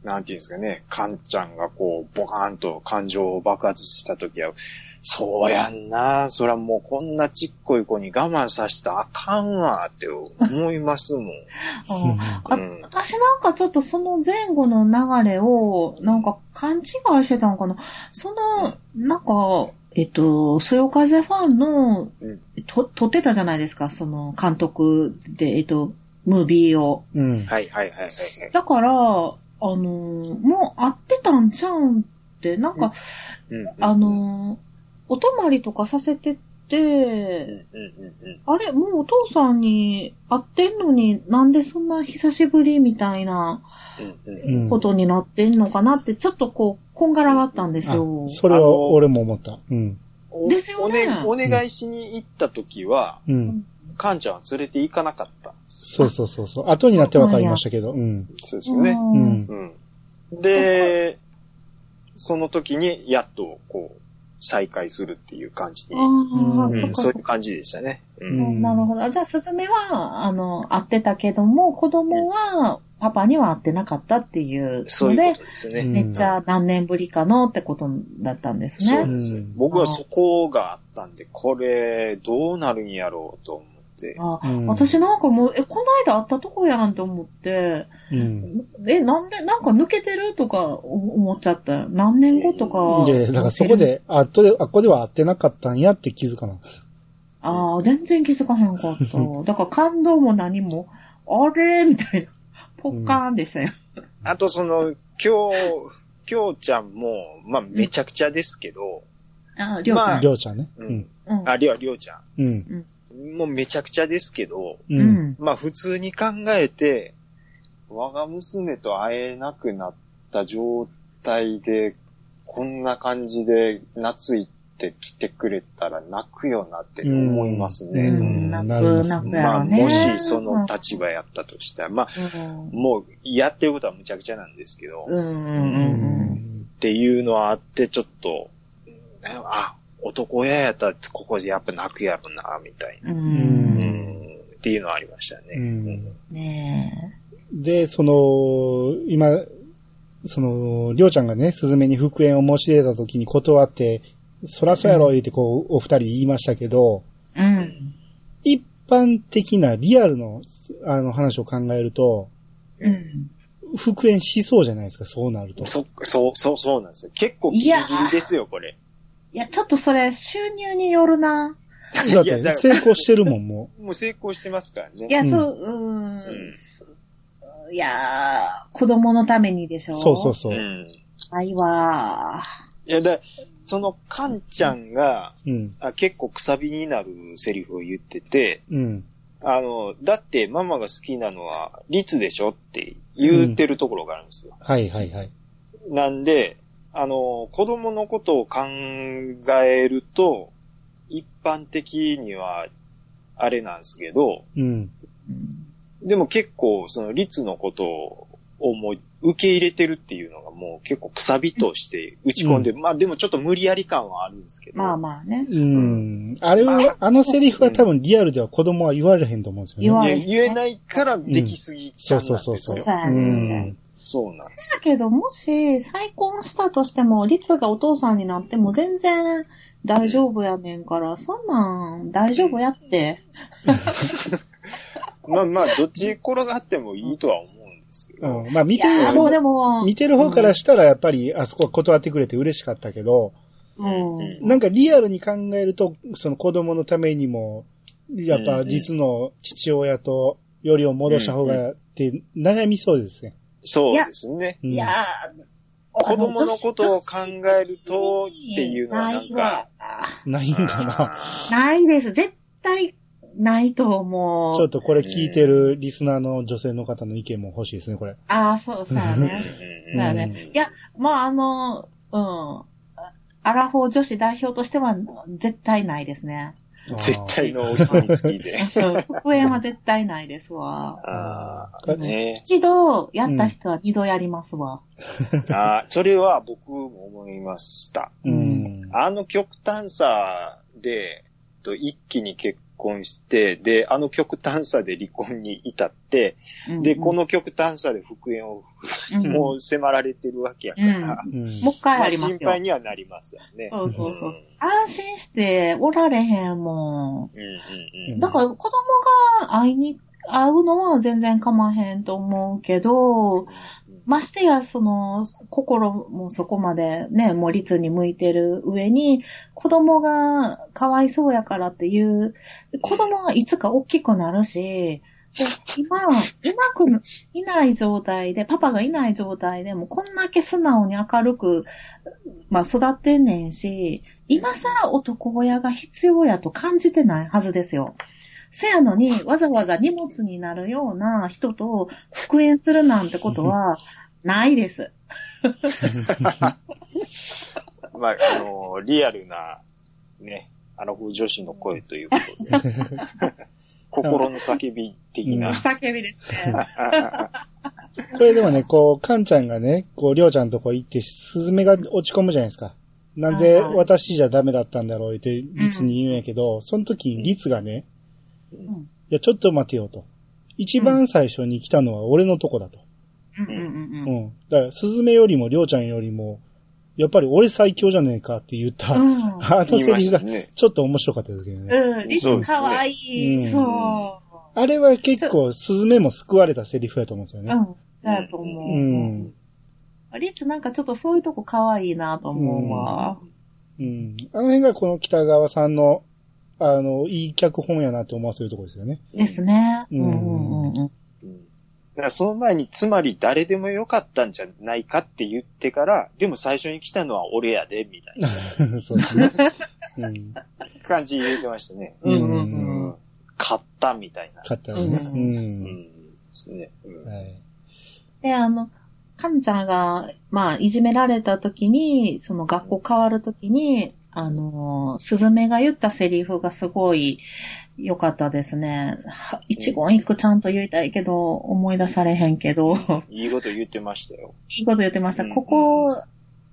Speaker 3: なんていうんですかね、カンちゃんがこう、ボカーンと感情を爆発したときは、そうやんな、そらもうこんなちっこい子に我慢させたらあかんわって思いますもん。
Speaker 1: うんあ
Speaker 3: うん
Speaker 1: 私なんかちょっとその前後の流れを、なんか勘違いしてたのかな。その、なんか、えっと、そよ風ファンの
Speaker 3: うん、
Speaker 1: と、撮ってたじゃないですか、その監督で、えっと、ムービーを。
Speaker 2: うん。
Speaker 3: はいはいはいはい。
Speaker 1: だから、あのー、もう会ってたんちゃうんって、なんか、
Speaker 3: うん
Speaker 1: あ、のー、お泊まりとかさせて
Speaker 3: うん
Speaker 1: て、
Speaker 3: うんうんうん。
Speaker 1: あれ、もうお父さんに会ってんのになんでそんな久しぶりみたいな。
Speaker 3: うんうん
Speaker 2: うん。
Speaker 1: ことになってんのかなって、ちょっとこう、こんがらがったんです
Speaker 2: あ
Speaker 1: よ。
Speaker 2: それは俺も思った。うん。
Speaker 3: お
Speaker 1: ですよね
Speaker 3: おねお願いしに行ったときは、
Speaker 2: うん。
Speaker 3: カンちゃんは連れて行かなかったんです。
Speaker 2: そうそうそうそう。後になってわかりましたけど。うん。
Speaker 3: そうですね。
Speaker 1: う
Speaker 2: うんん。
Speaker 3: うん。で、その時にやっとこう、再会するっていう感じに、
Speaker 1: ああ、
Speaker 2: うん
Speaker 1: そっ
Speaker 3: うん
Speaker 1: か
Speaker 3: そ
Speaker 1: そうっ
Speaker 3: いう
Speaker 1: か。
Speaker 3: 感じでしたね。う。
Speaker 1: うんんなるほど。あじゃあ、すずめは、あの、会ってたけども、子供は、パパには会ってなかったっていう
Speaker 3: そう
Speaker 1: の
Speaker 3: い
Speaker 1: で
Speaker 3: うこ、とですね。
Speaker 2: うん
Speaker 1: めっちゃ何年ぶりかのってことだったんです
Speaker 3: そうな
Speaker 1: ね。
Speaker 3: んですよ
Speaker 2: うん
Speaker 3: 僕はそこがあったんで、これ、どうなるんやろうと思って。
Speaker 1: あ
Speaker 2: うん
Speaker 1: 私なんかもう、え、この間会ったとこやんと思って、
Speaker 2: うん。
Speaker 1: え、なんで、なんか抜けてるとか思っちゃった。何年後とか。
Speaker 2: で、だからそこで、あっとで、あっこでは会ってなかったんやって気づかな。
Speaker 1: ああ、全然気づかへんかった。だから感動も何も、あれみたいな。ポッカーンでしたよ。
Speaker 3: あとその、今日、今日ちゃんも、まあめちゃくちゃですけど、
Speaker 1: ありょうちゃん
Speaker 2: りょうちゃんね。
Speaker 3: う
Speaker 2: うんん。
Speaker 1: うん。
Speaker 3: あ、りょう、りょうちゃ
Speaker 2: うん。
Speaker 3: ん。もうめちゃくちゃですけど、
Speaker 1: う
Speaker 2: う。
Speaker 1: んん。
Speaker 3: まあ普通に考えて、
Speaker 1: う
Speaker 3: 我が娘と会えなくなった状態で、こんな感じで懐いてきてくれたら泣くよなって思います
Speaker 1: う
Speaker 3: ね。
Speaker 1: ん、
Speaker 2: な
Speaker 1: 泣
Speaker 2: なりま
Speaker 1: く、
Speaker 2: す
Speaker 1: 泣くや
Speaker 3: まあ、
Speaker 1: ろね。
Speaker 3: もしその立場やったとしたら、まあ、
Speaker 1: うん、
Speaker 3: もうやってることはむちゃくちゃなんですけど、
Speaker 1: うん、うん、
Speaker 2: う
Speaker 1: うん。
Speaker 2: ん
Speaker 3: っていうのはあって、ちょっと、うんあ、男親やったらここでやっぱ泣くやろな、みたいな、
Speaker 1: う、
Speaker 3: うんん、っていうのはありました
Speaker 2: う
Speaker 3: ね。
Speaker 2: ん
Speaker 1: ね
Speaker 2: で、その、今、その、りょうちゃんがね、すずめに復縁を申し出た時に断って、そらそうやろ言ってこう、お二人言いましたけど、
Speaker 1: え。うん。
Speaker 2: 一般的なリアルの、あの話を考えると、
Speaker 1: う。ん。
Speaker 2: 復縁しそうじゃないですか、そうなると。
Speaker 3: そ、そう、そう、そうなんですよ。結構ギリギリですよ、これ。
Speaker 1: いや、ちょっとそれ、収入によるな。
Speaker 2: だっ
Speaker 3: いや
Speaker 2: て
Speaker 3: だから
Speaker 2: 成功してるもん、も
Speaker 3: もう成功してますからね。
Speaker 1: いや、
Speaker 2: うん
Speaker 1: そう、う
Speaker 3: うん
Speaker 1: ーん。いやー、子供のためにでし
Speaker 2: う。
Speaker 1: ょ。
Speaker 2: そうそう
Speaker 1: そ
Speaker 2: そうう。
Speaker 3: ん。
Speaker 1: う。愛は、
Speaker 3: いや、だその、カンちゃんが、
Speaker 2: うん。
Speaker 3: あ結構くさびになるセリフを言ってて、
Speaker 2: うん。
Speaker 3: あの、だってママが好きなのは、律でしょって言ってるところがあるんですよ。
Speaker 2: はいはいはい。
Speaker 3: なんで、あの、子供のことを考えると、一般的には、あれなんですけど、
Speaker 2: うん。
Speaker 1: うん
Speaker 3: でも結構、その、律のことを、もう、受け入れてるっていうのがもう結構くさびとして打ち込んで、まあでもちょっと無理やり感はあるんですけど。
Speaker 1: まあまあね。
Speaker 2: うん。あれ
Speaker 3: ま
Speaker 2: は、あのセリフは多分リアルでは子供は言われへんと思うんです
Speaker 1: 言
Speaker 2: よ
Speaker 1: わ
Speaker 2: ね。
Speaker 1: れ
Speaker 3: い
Speaker 1: は
Speaker 3: や
Speaker 1: い
Speaker 3: 言えないからできすぎち
Speaker 2: そ
Speaker 3: ゃう
Speaker 2: うんそ
Speaker 3: で
Speaker 2: う
Speaker 3: す
Speaker 2: そ
Speaker 3: よ。
Speaker 2: うそう。
Speaker 1: そうやね
Speaker 2: うん。
Speaker 3: そうなんです。
Speaker 1: だけど、もし、再婚したとしても、律がお父さんになっても全然大丈夫やねんから、そんなん、大丈夫やって。
Speaker 3: まあまあ、どっち転がってもいいとは思うんですけど。
Speaker 2: うんまあ見て
Speaker 1: い
Speaker 2: る
Speaker 1: やーもうでも、
Speaker 2: 見てる方からしたらやっぱりあそこは断ってくれて嬉しかったけど、
Speaker 1: うん。
Speaker 3: うん
Speaker 2: なんかリアルに考えると、その子供のためにも、やっぱ実の父親とよりを戻した方がって悩みそうですね。
Speaker 3: そうですね。
Speaker 2: うん
Speaker 1: いやー
Speaker 3: 子供のことを考えるとっていうのはなんか、
Speaker 2: ないんだな。
Speaker 1: ないです。絶対ないと思う。
Speaker 2: ちょっとこれ聞いてるリスナーの女性の方の意見も欲しいですね、これ。
Speaker 1: ああ、そうそうや
Speaker 3: うん
Speaker 1: ね。
Speaker 3: うん
Speaker 1: そうやね。いや、まあ、あの、うん。アラフォー女子代表としては、絶対ないですね。
Speaker 3: 絶対のお墨付 きで。
Speaker 1: うん復縁は絶対ないですわ。
Speaker 3: あ
Speaker 2: あ
Speaker 3: あ、
Speaker 2: ー
Speaker 3: ね
Speaker 1: 一度やった人は二度やりますわ。
Speaker 3: あーそれは僕も思いました。
Speaker 2: うん。
Speaker 3: あの極端さで、と一気に結婚して、で、あの極端さで離婚に至って、で、こ
Speaker 1: の、
Speaker 3: の極端さで復縁を
Speaker 1: うん
Speaker 3: もう迫られてるわけやか
Speaker 1: うん
Speaker 3: ら、
Speaker 2: うん
Speaker 1: もう一回
Speaker 3: ま
Speaker 1: あ
Speaker 3: あ
Speaker 1: りま
Speaker 3: 心
Speaker 1: すよ
Speaker 3: 配。にはなりますよね。。
Speaker 1: そうそうそううん安心しておられへんも。
Speaker 3: うんうんうんん
Speaker 1: だから子供が会いに、会うのは全然構まへんと思うけど、ましてや、その、心もそこまでね、もう律に向いてる上に、子供がかわいそうやからっていう、子供はいつか大きくなるし、で今、いなくな、いない状態で、パパがいない状態でも、こんだけ素直に明るく、まあ育ってんねんし、今更男親が必要やと感じてないはずですよ。せやのに、わざわざ荷物になるような人と復縁するなんてことは、ないです。
Speaker 3: まあ、あのーリアルな、ね、あの女子の声ということで。 心の叫び的な。
Speaker 1: 叫びですね。
Speaker 2: これでもね、こう、カンちゃんがね、こう、りょうちゃんとこ行って、スズメが落ち込むじゃないですか。なんで
Speaker 1: はいはい
Speaker 2: 私じゃダメだったんだろうって、リツに言うんやけど、その時にリツがね、
Speaker 1: うん
Speaker 2: いや、ちょっと待てよと。一番最初に来たのは俺のとこだと。
Speaker 1: うんうん
Speaker 2: う
Speaker 1: うんうん
Speaker 2: ん。だから、スズメよりもりょうちゃんよりも、やっぱり俺最強じゃねえかって言った、あ
Speaker 1: うん
Speaker 2: の
Speaker 3: 言い
Speaker 2: セ
Speaker 3: ま
Speaker 2: リ
Speaker 3: し
Speaker 2: フ
Speaker 3: た
Speaker 2: が、
Speaker 3: ね。
Speaker 2: ちょっと面白かったですけどね。
Speaker 1: うん。リ
Speaker 3: そう
Speaker 1: ス
Speaker 3: ですね
Speaker 1: かわいい。
Speaker 2: うん
Speaker 1: そう。
Speaker 2: あれは結構、スズメも救われたセリフやと思うんですよ
Speaker 1: う
Speaker 2: ね。
Speaker 1: ん。だと思う。
Speaker 2: う
Speaker 1: うん
Speaker 2: ん。
Speaker 1: リッツなんかちょっとそういうとこ可愛いなと思うわ。
Speaker 2: うん。あの辺がこの北川さんの、あの、いい脚本やなって思わせるところです よね。
Speaker 1: ですね。
Speaker 2: う
Speaker 1: うんんうんうん
Speaker 3: うんだからその前に、つまり誰でもよかったんじゃないかって言ってから、でも最初に来たのは俺やで、みたいな
Speaker 2: そうですね。うん。
Speaker 3: 感じ言ってましたね。
Speaker 1: うんう
Speaker 3: うん
Speaker 1: うん。
Speaker 3: ん。買ったみたいな。
Speaker 2: 勝ったらね。
Speaker 1: う
Speaker 2: うんん。
Speaker 3: うん。ですね。うん
Speaker 2: はい
Speaker 1: で、あの、かんちゃんが、まあ、いじめられた時に、その学校変わる時に、あの、すずめが言ったセリフがすごい良かったですね。は一言一句ちゃんと言いたいけど、思い出されへんけど、
Speaker 3: いいこと言ってましたよ。
Speaker 1: いいこと言ってました。
Speaker 3: うん
Speaker 1: ここ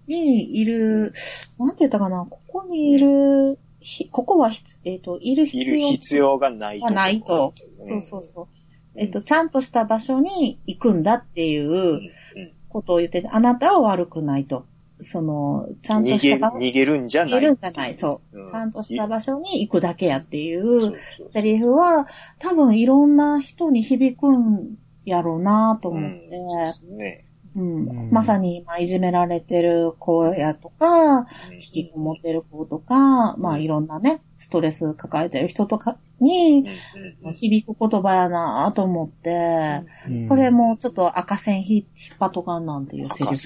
Speaker 1: にいる、なんて言ったかな、ここにいる、ひここはひつ、えっ、と、いる
Speaker 3: い
Speaker 1: 必
Speaker 3: る
Speaker 1: 要
Speaker 3: 必要がない
Speaker 1: がないと
Speaker 3: う
Speaker 1: そ
Speaker 3: ん
Speaker 1: うそうそう。えっと、ちゃんとした場所に行くんだっていううん
Speaker 3: うん
Speaker 1: ことを言ってて、あなたは悪くないと。その、ちゃんと
Speaker 3: 逃
Speaker 1: した
Speaker 3: げる
Speaker 1: 場所に
Speaker 3: 逃げるんじゃない。
Speaker 1: いるんじゃないそうちゃんとした
Speaker 3: い
Speaker 1: 場所に行くだけやってい
Speaker 3: そううそう
Speaker 1: セリフは、多分いろんな人に響くんやろうなと
Speaker 3: う
Speaker 1: 思っ
Speaker 3: ん
Speaker 1: て、
Speaker 3: ね
Speaker 1: うん
Speaker 2: うん
Speaker 1: まさに今いじめられてる子やとか、
Speaker 3: うん
Speaker 1: 引きこもってる子とか、まあいろんなね、ストレス抱えてる人とかに、
Speaker 3: うんうんうん
Speaker 1: 響く言葉やなと思って、
Speaker 2: うん
Speaker 1: これ、もうちょっと赤線ひ引っ張っとかんなんていうセリ
Speaker 3: 赤
Speaker 1: フです。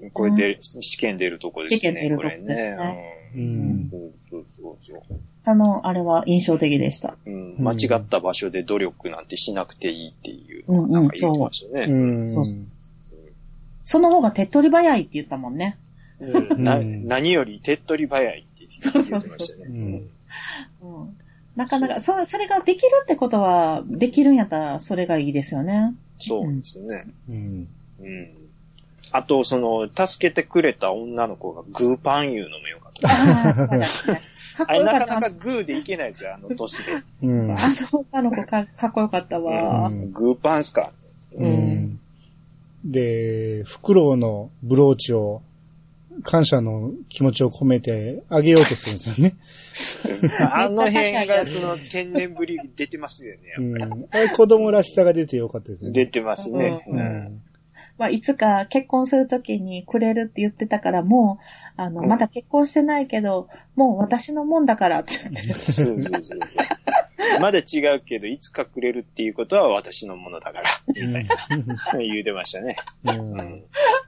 Speaker 3: 線、これで、試験出るとこですね。
Speaker 1: 試験出るとこ
Speaker 3: これね。
Speaker 2: う
Speaker 3: うん
Speaker 2: ん。
Speaker 3: そうそうそうそう。
Speaker 1: あの、あれは印象的でした。
Speaker 3: うん、間違った場所で努力なんてしなくていいっていう、
Speaker 1: うんうん
Speaker 3: なんか言ってましたね。
Speaker 2: うん。
Speaker 1: そうそうその方が手っ取り早いって言ったもんね。
Speaker 3: うんな
Speaker 2: うん
Speaker 3: 何より手っ取り早いって言ってました
Speaker 2: う
Speaker 3: ね。
Speaker 2: ん
Speaker 1: うん。なかなか、それ、それができるってことは、できるんやったら、それがいいですよね。
Speaker 3: そうですね。
Speaker 2: うん。
Speaker 3: うん。あと、その、助けてくれた女の子がグーパン言うのもよかった。
Speaker 1: ああ、そうだねかっ
Speaker 3: あ
Speaker 1: こ
Speaker 3: れ、
Speaker 1: よか
Speaker 3: な
Speaker 1: っ
Speaker 3: か
Speaker 1: た。あ
Speaker 3: なかグーでいけないですよ、あの年で。
Speaker 2: うん。
Speaker 1: の女の子かかっこよかったわ。
Speaker 2: うん
Speaker 3: グーパンっすか
Speaker 1: うん
Speaker 2: うんで、フクロウのブローチを、感謝の気持ちを込めてあげようとするんですよね。
Speaker 3: あの辺が、その、天然ぶり出てますよね。
Speaker 2: うん。あれ子供らしさが出てよかったですよ
Speaker 3: 出
Speaker 2: ね。
Speaker 3: てますね。
Speaker 2: う
Speaker 3: うん
Speaker 2: ん。
Speaker 1: まあ、いつか結婚するときにくれるって言ってたから、もう、あの、
Speaker 3: うん
Speaker 1: まだ結婚してないけど、もう私のもんだからって言って。
Speaker 3: そうそうそうそう。まだ違うけど、いつかくれるっていうことは私のものだから、 言うてましたね。
Speaker 2: うん
Speaker 3: う
Speaker 2: うん
Speaker 3: ん。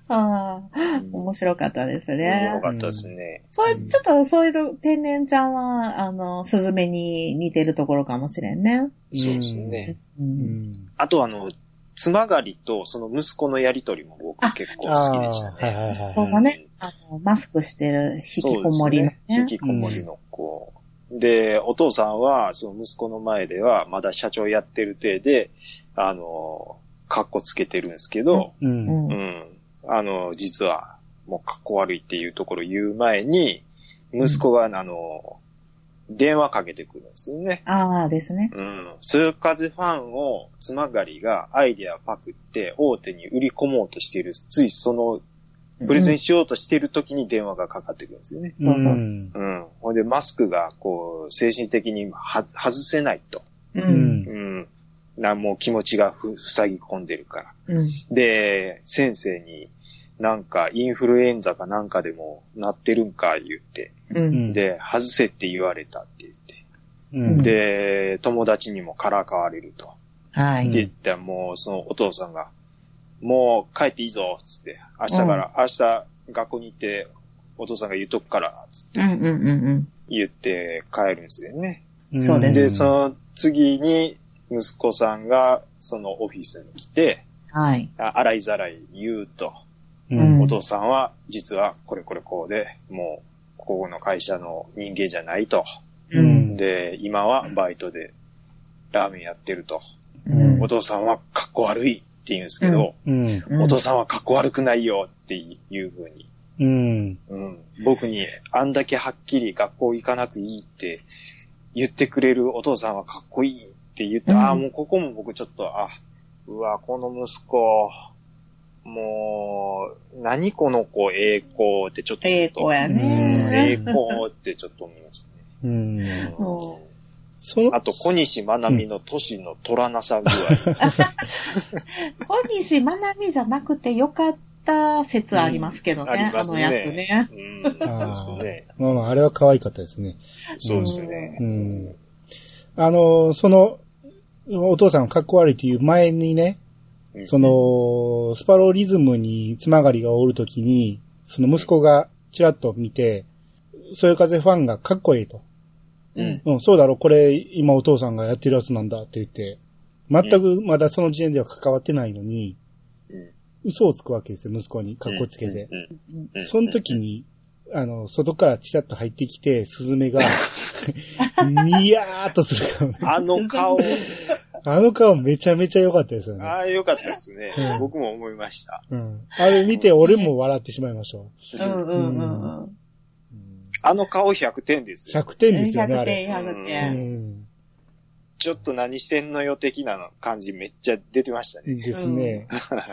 Speaker 1: ああ、面白かったです
Speaker 3: よ
Speaker 1: ね。
Speaker 3: かったですね。
Speaker 1: そう、ちょっとそういうと、天然ちゃんは、あの、スズメに似てるところかもしれんね。
Speaker 3: そうですね。
Speaker 1: う。
Speaker 2: うんん
Speaker 3: あと、あの、つまがりと、その息子のやりとりも僕結構好きでした
Speaker 2: あーはいはい
Speaker 3: ね。
Speaker 2: はい
Speaker 1: 息子がね、あの、マスクしてる引きこもりのね。
Speaker 3: そうですね引きこもりの子。で、お父さんは、その息子の前では、まだ社長やってる体で、あの、格好つけてるんですけど、
Speaker 1: う
Speaker 2: う。
Speaker 1: んん。う
Speaker 3: う
Speaker 1: ん
Speaker 3: ん。あの、実は、もう格好悪いっていうところ言う前に、息子が、あの、電話かけてくるんですよね。
Speaker 1: ああですね。
Speaker 3: うん。数風ファンを、つまがりがアイデアパクって、大手に売り込もうとしている、ついその、プレゼンしようとしている時に電話がかかってくるんですよね。
Speaker 1: そうそうそ
Speaker 3: うん。ほんで、マスクが、こう、精神的には外せないと。
Speaker 1: う。
Speaker 2: うんん。
Speaker 3: うん。な、もう気持ちがふ、塞ぎ込んでるから。
Speaker 1: うん。
Speaker 3: で、先生に、なんか、インフルエンザかなんかでもなってるんか言って、
Speaker 1: うん。
Speaker 2: うん
Speaker 3: で、外せって言われたって言って、
Speaker 2: うん。
Speaker 3: で、友達にもからかわれると。
Speaker 1: は
Speaker 2: う
Speaker 1: い
Speaker 2: ん
Speaker 3: で、。言ったらもう、そのお父さんが、もう帰っていいぞ、つって、明日から、明日学校に行って、お父さんが言っとくから、つって
Speaker 1: うんうんうん
Speaker 3: 言って帰るんですよね。
Speaker 2: うん
Speaker 1: そうです
Speaker 3: で、そ、の次に、息子さんが、そのオフィスに来て、
Speaker 1: うん。はい。
Speaker 3: あ洗いざらい言うと。
Speaker 2: う
Speaker 1: うん
Speaker 2: ん。
Speaker 3: お父さんは、実はこれこれこうで、もう、ここの会社の人間じゃないと。
Speaker 2: う
Speaker 1: うん。
Speaker 2: ん
Speaker 3: で、今はバイトでラーメンやってると。
Speaker 1: うん
Speaker 3: お父さんはかっこ悪いって言うんですけど、
Speaker 2: うん。
Speaker 1: うん
Speaker 3: お父さんはかっこ悪くないよっていうふうに。
Speaker 2: うん。
Speaker 3: うん、僕に、あんだけはっきり学校行かなくいいって言ってくれるお父さんはかっこいいって言って、
Speaker 1: うん
Speaker 3: ああ、もうここも僕ちょっと、あ、うわ、この息子、もう、何この子、栄光ってちょっと。
Speaker 1: ええ子や
Speaker 3: うん
Speaker 1: ね。
Speaker 3: 栄光ってちょっと思いまし
Speaker 2: うん。
Speaker 3: たね。
Speaker 1: そ
Speaker 2: その
Speaker 3: あと、小西まなみの都市の虎なさ具合。
Speaker 1: 小西まなみじゃなくてよかった説ありますけど
Speaker 3: うんあ
Speaker 1: ね
Speaker 3: り。
Speaker 1: あ
Speaker 3: ます
Speaker 1: の
Speaker 3: ね
Speaker 1: 役ね。
Speaker 3: うん、
Speaker 2: あー
Speaker 3: ですね。
Speaker 2: まあまあ、あれは可愛かったですね。
Speaker 3: そうですね。
Speaker 2: うんあの、その、お父さんがかっこ悪いっていう前にね、
Speaker 3: うん
Speaker 2: そ、の、スパローリズムにつまがりがおるときに、その息子がちらっと見て、そよ風ファンがかっこいいと。
Speaker 3: うん。
Speaker 2: うん、そうだろ、これ今お父さんがやってるやつなんだって言って、全くまだその時点では関わってないのに、
Speaker 3: うん
Speaker 2: 嘘をつくわけですよ、息子に、格好つけて。
Speaker 3: うんうん
Speaker 1: うん
Speaker 3: うん
Speaker 2: その時に、あの、外からチラッと入ってきて、ス ズメが、ニヤーっとする顔ね。
Speaker 3: あの顔、
Speaker 2: あの顔めちゃめちゃ良かったですよね。
Speaker 3: ああ、よかったですね
Speaker 2: うん。
Speaker 3: 僕も思いました。
Speaker 2: うん。あれ見て、俺も笑ってしまいました。
Speaker 1: う
Speaker 2: う
Speaker 1: んうんうんうん。
Speaker 2: ん
Speaker 3: あの顔100点ですよ。
Speaker 2: 100点ですよね、あ
Speaker 1: 100
Speaker 2: れ。
Speaker 1: 点、100
Speaker 2: う
Speaker 1: 点。
Speaker 2: ん。
Speaker 3: ちょっと何してんのよ的な感じめっちゃ出てましたね。
Speaker 2: ですね。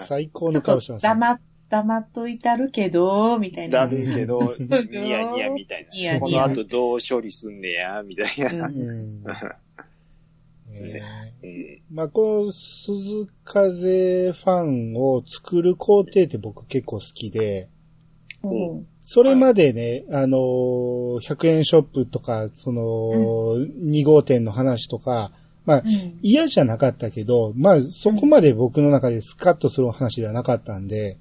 Speaker 2: 最高の顔してますね。
Speaker 1: 黙っ、黙っといたるけど、みたい
Speaker 3: だ
Speaker 1: な。
Speaker 3: るいけど、ニヤニヤみたい
Speaker 1: ニヤ
Speaker 3: な。こ
Speaker 1: ニ
Speaker 3: の
Speaker 1: ヤ
Speaker 3: 後どう処理すんねや、みたいな。
Speaker 1: うん
Speaker 2: うん。えー
Speaker 3: うん
Speaker 2: まあ、この鈴風ファンを作る工程って僕結構好きで、
Speaker 1: うん
Speaker 2: それまでね、あのー100円ショップとか、その、2号店の話とか、まあ、
Speaker 1: うん
Speaker 2: 嫌じゃなかったけど、まあ、そこまで僕の中でスカッとする話ではなかったんで、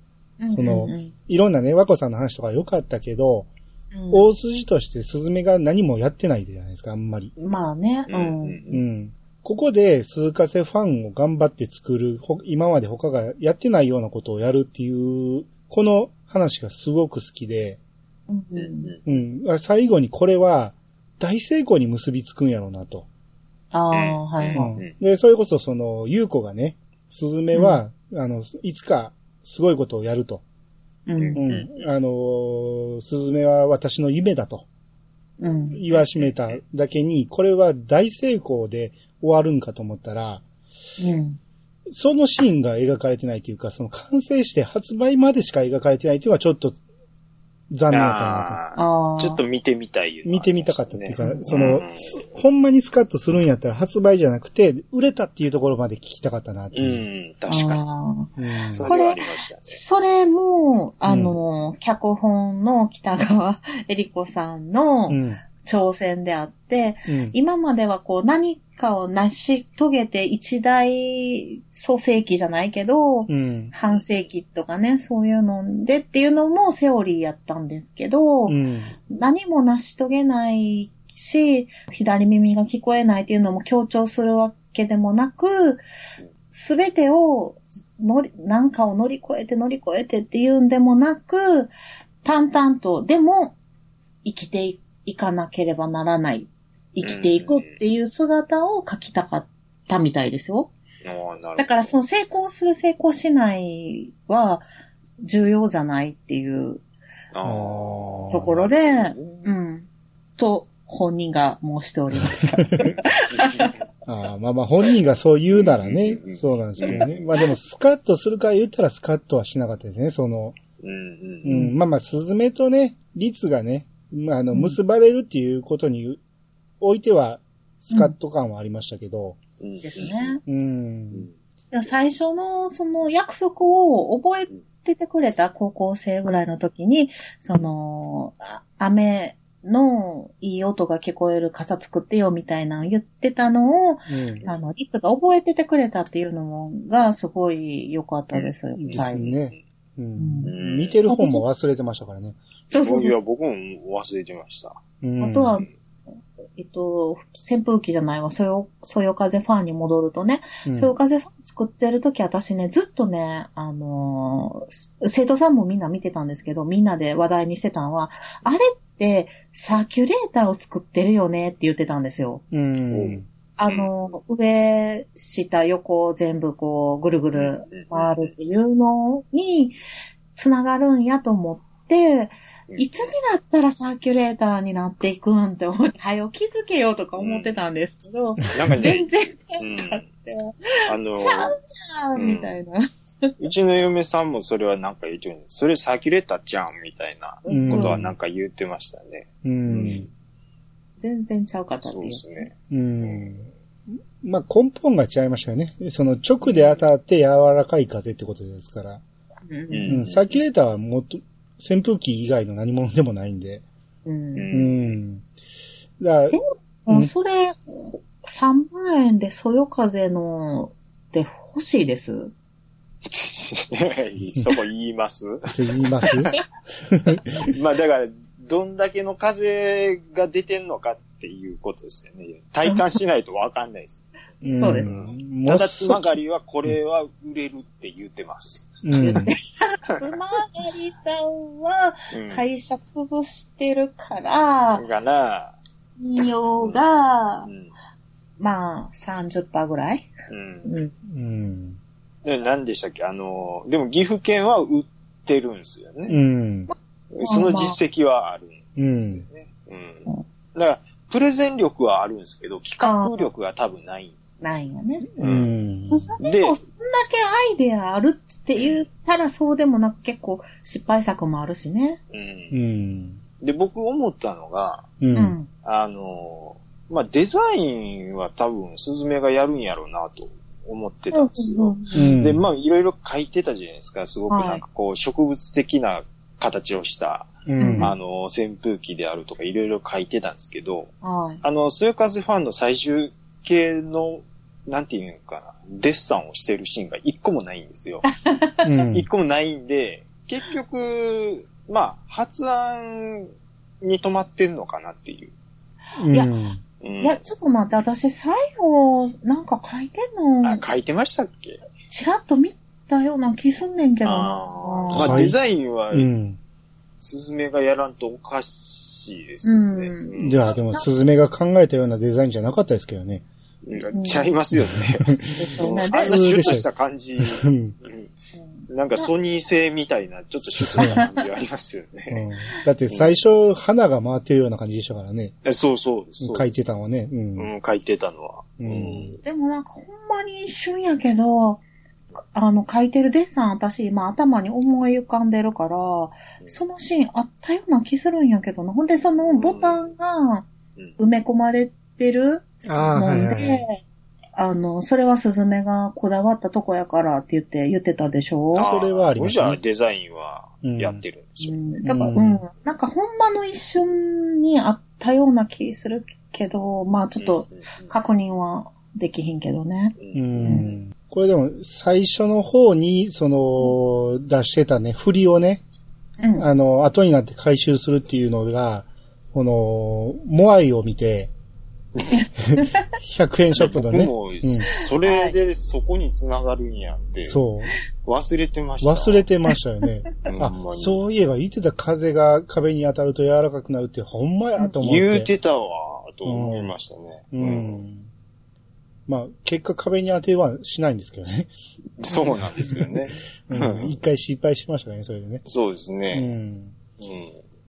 Speaker 2: その
Speaker 1: うんうん
Speaker 2: いろんなね、和子さんの話とか良かったけど、
Speaker 1: うん
Speaker 2: 大筋としてスズメが何もやってないじゃないですか、あんまり。
Speaker 1: まあね、
Speaker 3: う
Speaker 1: うん。
Speaker 3: うん
Speaker 2: うんん。ここで鈴風ファンを頑張って作る、ほ今まで他がやってないようなことをやるっていう、この話がすごく好きで、
Speaker 1: うん
Speaker 3: うんう
Speaker 1: うん
Speaker 3: ん
Speaker 2: うん。あ最後にこれは大成功に結びつくんやろうなと。
Speaker 1: ああ、は
Speaker 3: う
Speaker 1: い
Speaker 3: ん
Speaker 2: う
Speaker 1: はい。
Speaker 2: ん。で、それこそその、ゆうこがね、すずめは、あの、いつかすごいことをやると。
Speaker 1: うん
Speaker 2: うん。
Speaker 3: うん
Speaker 2: あのー、すずめは私の夢だと
Speaker 1: うん。
Speaker 2: 言わしめただけに、これは大成功で終わるんかと思ったら、
Speaker 1: うん。
Speaker 2: そのシーンが描かれてないというか、その完成して発売までしか描かれてないというのはちょっと残念だったな
Speaker 3: あ
Speaker 1: あ
Speaker 3: ー
Speaker 1: あ。
Speaker 3: ちょっと見てみたいいう
Speaker 2: と。
Speaker 3: のはあり
Speaker 2: 見て
Speaker 3: ま
Speaker 2: みた
Speaker 3: し
Speaker 2: か
Speaker 3: ね。
Speaker 2: ったっていうか、
Speaker 3: ん
Speaker 2: その、すほんまにスカッとするんやったら発売じゃなくて、売れたっていうところまで聞きたかったなって
Speaker 3: う
Speaker 2: い
Speaker 3: ん、
Speaker 2: う。
Speaker 3: 確かに。
Speaker 1: に。
Speaker 2: うん
Speaker 3: それはありましたね。
Speaker 1: それも、あの、脚本の北川 恵理子さんの
Speaker 2: うん。
Speaker 1: 挑戦であって、
Speaker 2: うん。
Speaker 1: 今まではこう何かを成し遂げて一大創世紀じゃないけど、
Speaker 2: うん。
Speaker 1: 半世紀とかね、そういうのでっていうのもセオリーやったんですけど、
Speaker 2: うん。
Speaker 1: 何も成し遂げないし、左耳が聞こえないっていうのも強調するわけでもなく、すべてを乗り、なんかを乗り越えて乗り越えてっていうんでもなく、淡々と、でも、生きていかなければならない。生きていくっていう姿を描きたかったみたいですよ。
Speaker 3: あーなるほど
Speaker 1: だからその成功する成功しないは重要じゃないっていう
Speaker 3: あー
Speaker 1: ところで
Speaker 3: なるほどね
Speaker 1: うん。と、本人が申しておりました。
Speaker 2: ああ、まあまあ本人がそう言うならね
Speaker 3: うんう、ん
Speaker 2: そうなんですけどね。まあでもスカッとするか言ったらスカッとはしなかったですね、その。
Speaker 3: うんう
Speaker 2: うんん、まあまあ、スズメとね、律がね、まああの、
Speaker 1: うん
Speaker 2: 結ばれるっていうことにおいては、スカッと感はありましたけど、
Speaker 3: うん。
Speaker 1: ですね。
Speaker 2: う
Speaker 3: うんん。。
Speaker 1: でも最初のその約束を覚えててくれた高校生ぐらいの時に、その、あ雨のいい音が聞こえる傘作ってよみたいなのを言ってたのを、
Speaker 2: うん。
Speaker 1: あの、いつか覚えててくれたっていうのがすごい良かったですよ。
Speaker 2: いいで
Speaker 1: は
Speaker 2: す
Speaker 1: い
Speaker 2: ね。う。
Speaker 1: うん
Speaker 3: ん
Speaker 2: 見てる方も忘れてましたからね。
Speaker 1: そうそう
Speaker 3: い
Speaker 1: そ
Speaker 3: や、
Speaker 1: う。
Speaker 3: 僕も忘れてました。
Speaker 2: うん。
Speaker 1: あとは、えっと、扇風機じゃないわ、そよ、そよ風ファンに戻るとね、
Speaker 2: うん、
Speaker 1: そういう風ファン作ってる時私ね、ずっとね、あのーす生徒さんもみんな見てたんですけど、みんなで話題にしてたのは、あれってサーキュレーターを作ってるよねって言ってたんですよ。
Speaker 2: うん。
Speaker 1: あのー上、下、横、全部こう、ぐるぐる回るっていうのに、つながるんやと思って、いつになったらサーキュレーターになっていくんって思って、早起きづけようとか思ってたんですけど、
Speaker 3: なんかね
Speaker 1: 全、然
Speaker 3: うん
Speaker 1: なかって、
Speaker 3: あの、
Speaker 1: ちゃうやんみたいな。
Speaker 3: うちの嫁さんもそれはなんか言ってるんです。それサーキュレーターじゃん、みたいな
Speaker 2: うん
Speaker 3: ことはなんか言ってましたね。
Speaker 2: うん。
Speaker 1: 全然ちゃうかったって
Speaker 3: そ
Speaker 1: い
Speaker 3: うで
Speaker 1: う。
Speaker 3: すね。
Speaker 2: うん。まあ根本が違いましたよね。その直で当たって柔らかい風ってことですから。
Speaker 1: うん
Speaker 2: うん。サーキュレーターはもっと、扇風機以外の何物でもないんで。
Speaker 1: うん
Speaker 3: うん
Speaker 2: うん。だから
Speaker 1: もうそれ、3万円でそよ風のって欲しいです。
Speaker 3: そこ言います
Speaker 2: すみます
Speaker 3: まあだから、どんだけの風が出てんのかっていうことですよね。体感しないとわかんないです。
Speaker 1: そうです
Speaker 2: ん も
Speaker 3: た
Speaker 2: う
Speaker 3: だ
Speaker 2: す
Speaker 3: つながりはこれは売れるって言ってます。
Speaker 2: う
Speaker 1: つ
Speaker 2: ん。
Speaker 1: まがりさんは
Speaker 3: うん。
Speaker 1: 会社潰してるから、
Speaker 3: がな、
Speaker 1: 企業が
Speaker 3: う、ん。
Speaker 1: まあ、30%ぐらい。
Speaker 3: うん。
Speaker 1: うん。
Speaker 2: うん。
Speaker 3: で、何でしたっけあの、でも岐阜県は売ってるんですよね。
Speaker 2: うん。
Speaker 3: その実績はあるん
Speaker 2: うん。
Speaker 3: ね。うん。だから、プレゼン力はあるんですけど、企画力が多分ない。
Speaker 1: ないよね。
Speaker 2: う。ん。
Speaker 1: すすめも
Speaker 3: で
Speaker 1: そんだけアイデアあるって言ったらそうでもなく結構失敗作もあるしね。
Speaker 3: う。
Speaker 2: うんん。
Speaker 3: で、僕思ったのが、
Speaker 2: う。
Speaker 1: うんん。
Speaker 3: あの、まあ、デザインは多分、スズメがやるんやろうなと思ってたんですよ。
Speaker 2: うん
Speaker 3: で、まあ、いろいろ書いてたじゃないですか。すごくなんかこう、植物的な形をした、
Speaker 2: うん。
Speaker 3: あの、扇風機であるとか、いろいろ書いてたんですけど、
Speaker 1: はい。
Speaker 3: あの、スヨカズファンの最終形の、なんていうのかな、デッサンをしてるシーンが一個もないんですよ。
Speaker 2: うん
Speaker 3: 一個もないんで、結局、まあ、発案に止まってんのかなっていう。
Speaker 2: うん
Speaker 1: いや
Speaker 3: うん
Speaker 1: いや、ちょっと待って、私最後、なんか書いてん
Speaker 3: あ
Speaker 1: の、、
Speaker 3: 書いてましたっけ
Speaker 1: ちらっと見たような気すんねんけどな。
Speaker 3: あー
Speaker 1: あー
Speaker 3: まあ、デザインは
Speaker 2: う、ん。
Speaker 3: スズメがやらんとおかしいですよね。
Speaker 1: う
Speaker 2: じゃあ、でも、スズメが考えたようなデザインじゃなかったですけどね。
Speaker 3: うんちゃいますよね。あん
Speaker 1: ねで
Speaker 3: なシュッとした感じ。
Speaker 2: うん。
Speaker 3: うん
Speaker 1: うん
Speaker 3: なんかソニー製みたいな、ちょっとシュッとした感じがありますよ
Speaker 2: う
Speaker 3: ね。
Speaker 2: んだって、最初、花が回ってるような感じでしたからね。
Speaker 3: そうそうです。そうです
Speaker 2: 書いてたのはね。う。
Speaker 3: うんん、書いてたのは。
Speaker 2: うん
Speaker 1: でもなんかほんまに一瞬やけど、あの、書いてるデッサン私今頭に思い浮かんでるから、そのシーンあったような気するんやけどな。ほんでそのボタンが埋め込まれてる
Speaker 2: あ
Speaker 1: もんで、あの、それはスズメがこだわったとこやからって言って、言ってたでしょ
Speaker 2: それはありますね
Speaker 3: ね。じゃあデザインはやってるんです
Speaker 1: う
Speaker 3: よ。
Speaker 1: んだから、
Speaker 2: う
Speaker 1: うんん。なんか、ほんまの一瞬にあったような気するけど、まあ、ちょっと、確認はできひんけどね。
Speaker 3: う。
Speaker 2: うんん。これでも、最初の方に、その、出してたね、振りをね、
Speaker 1: うん。
Speaker 2: あの、後になって回収するっていうのが、この、モアイを 見て、100円ショップだね。
Speaker 3: 僕も
Speaker 2: うん、
Speaker 3: それでそこに繋がるんやって、
Speaker 2: そう。
Speaker 3: 忘れてました。
Speaker 2: 忘れてましたよね。あ、
Speaker 3: う。
Speaker 2: そういえば言ってた風が壁に当たると柔らかくなるってほんまやと思って。
Speaker 3: 言うてたわ、と思いましたね。
Speaker 2: う。ん。まあ、結果壁に当てはしないんですけどね。
Speaker 3: そうなんですよね。
Speaker 2: うん。一回失敗しましたね、それでね。
Speaker 3: そうです
Speaker 2: う
Speaker 3: ね。
Speaker 2: ん。
Speaker 3: うん。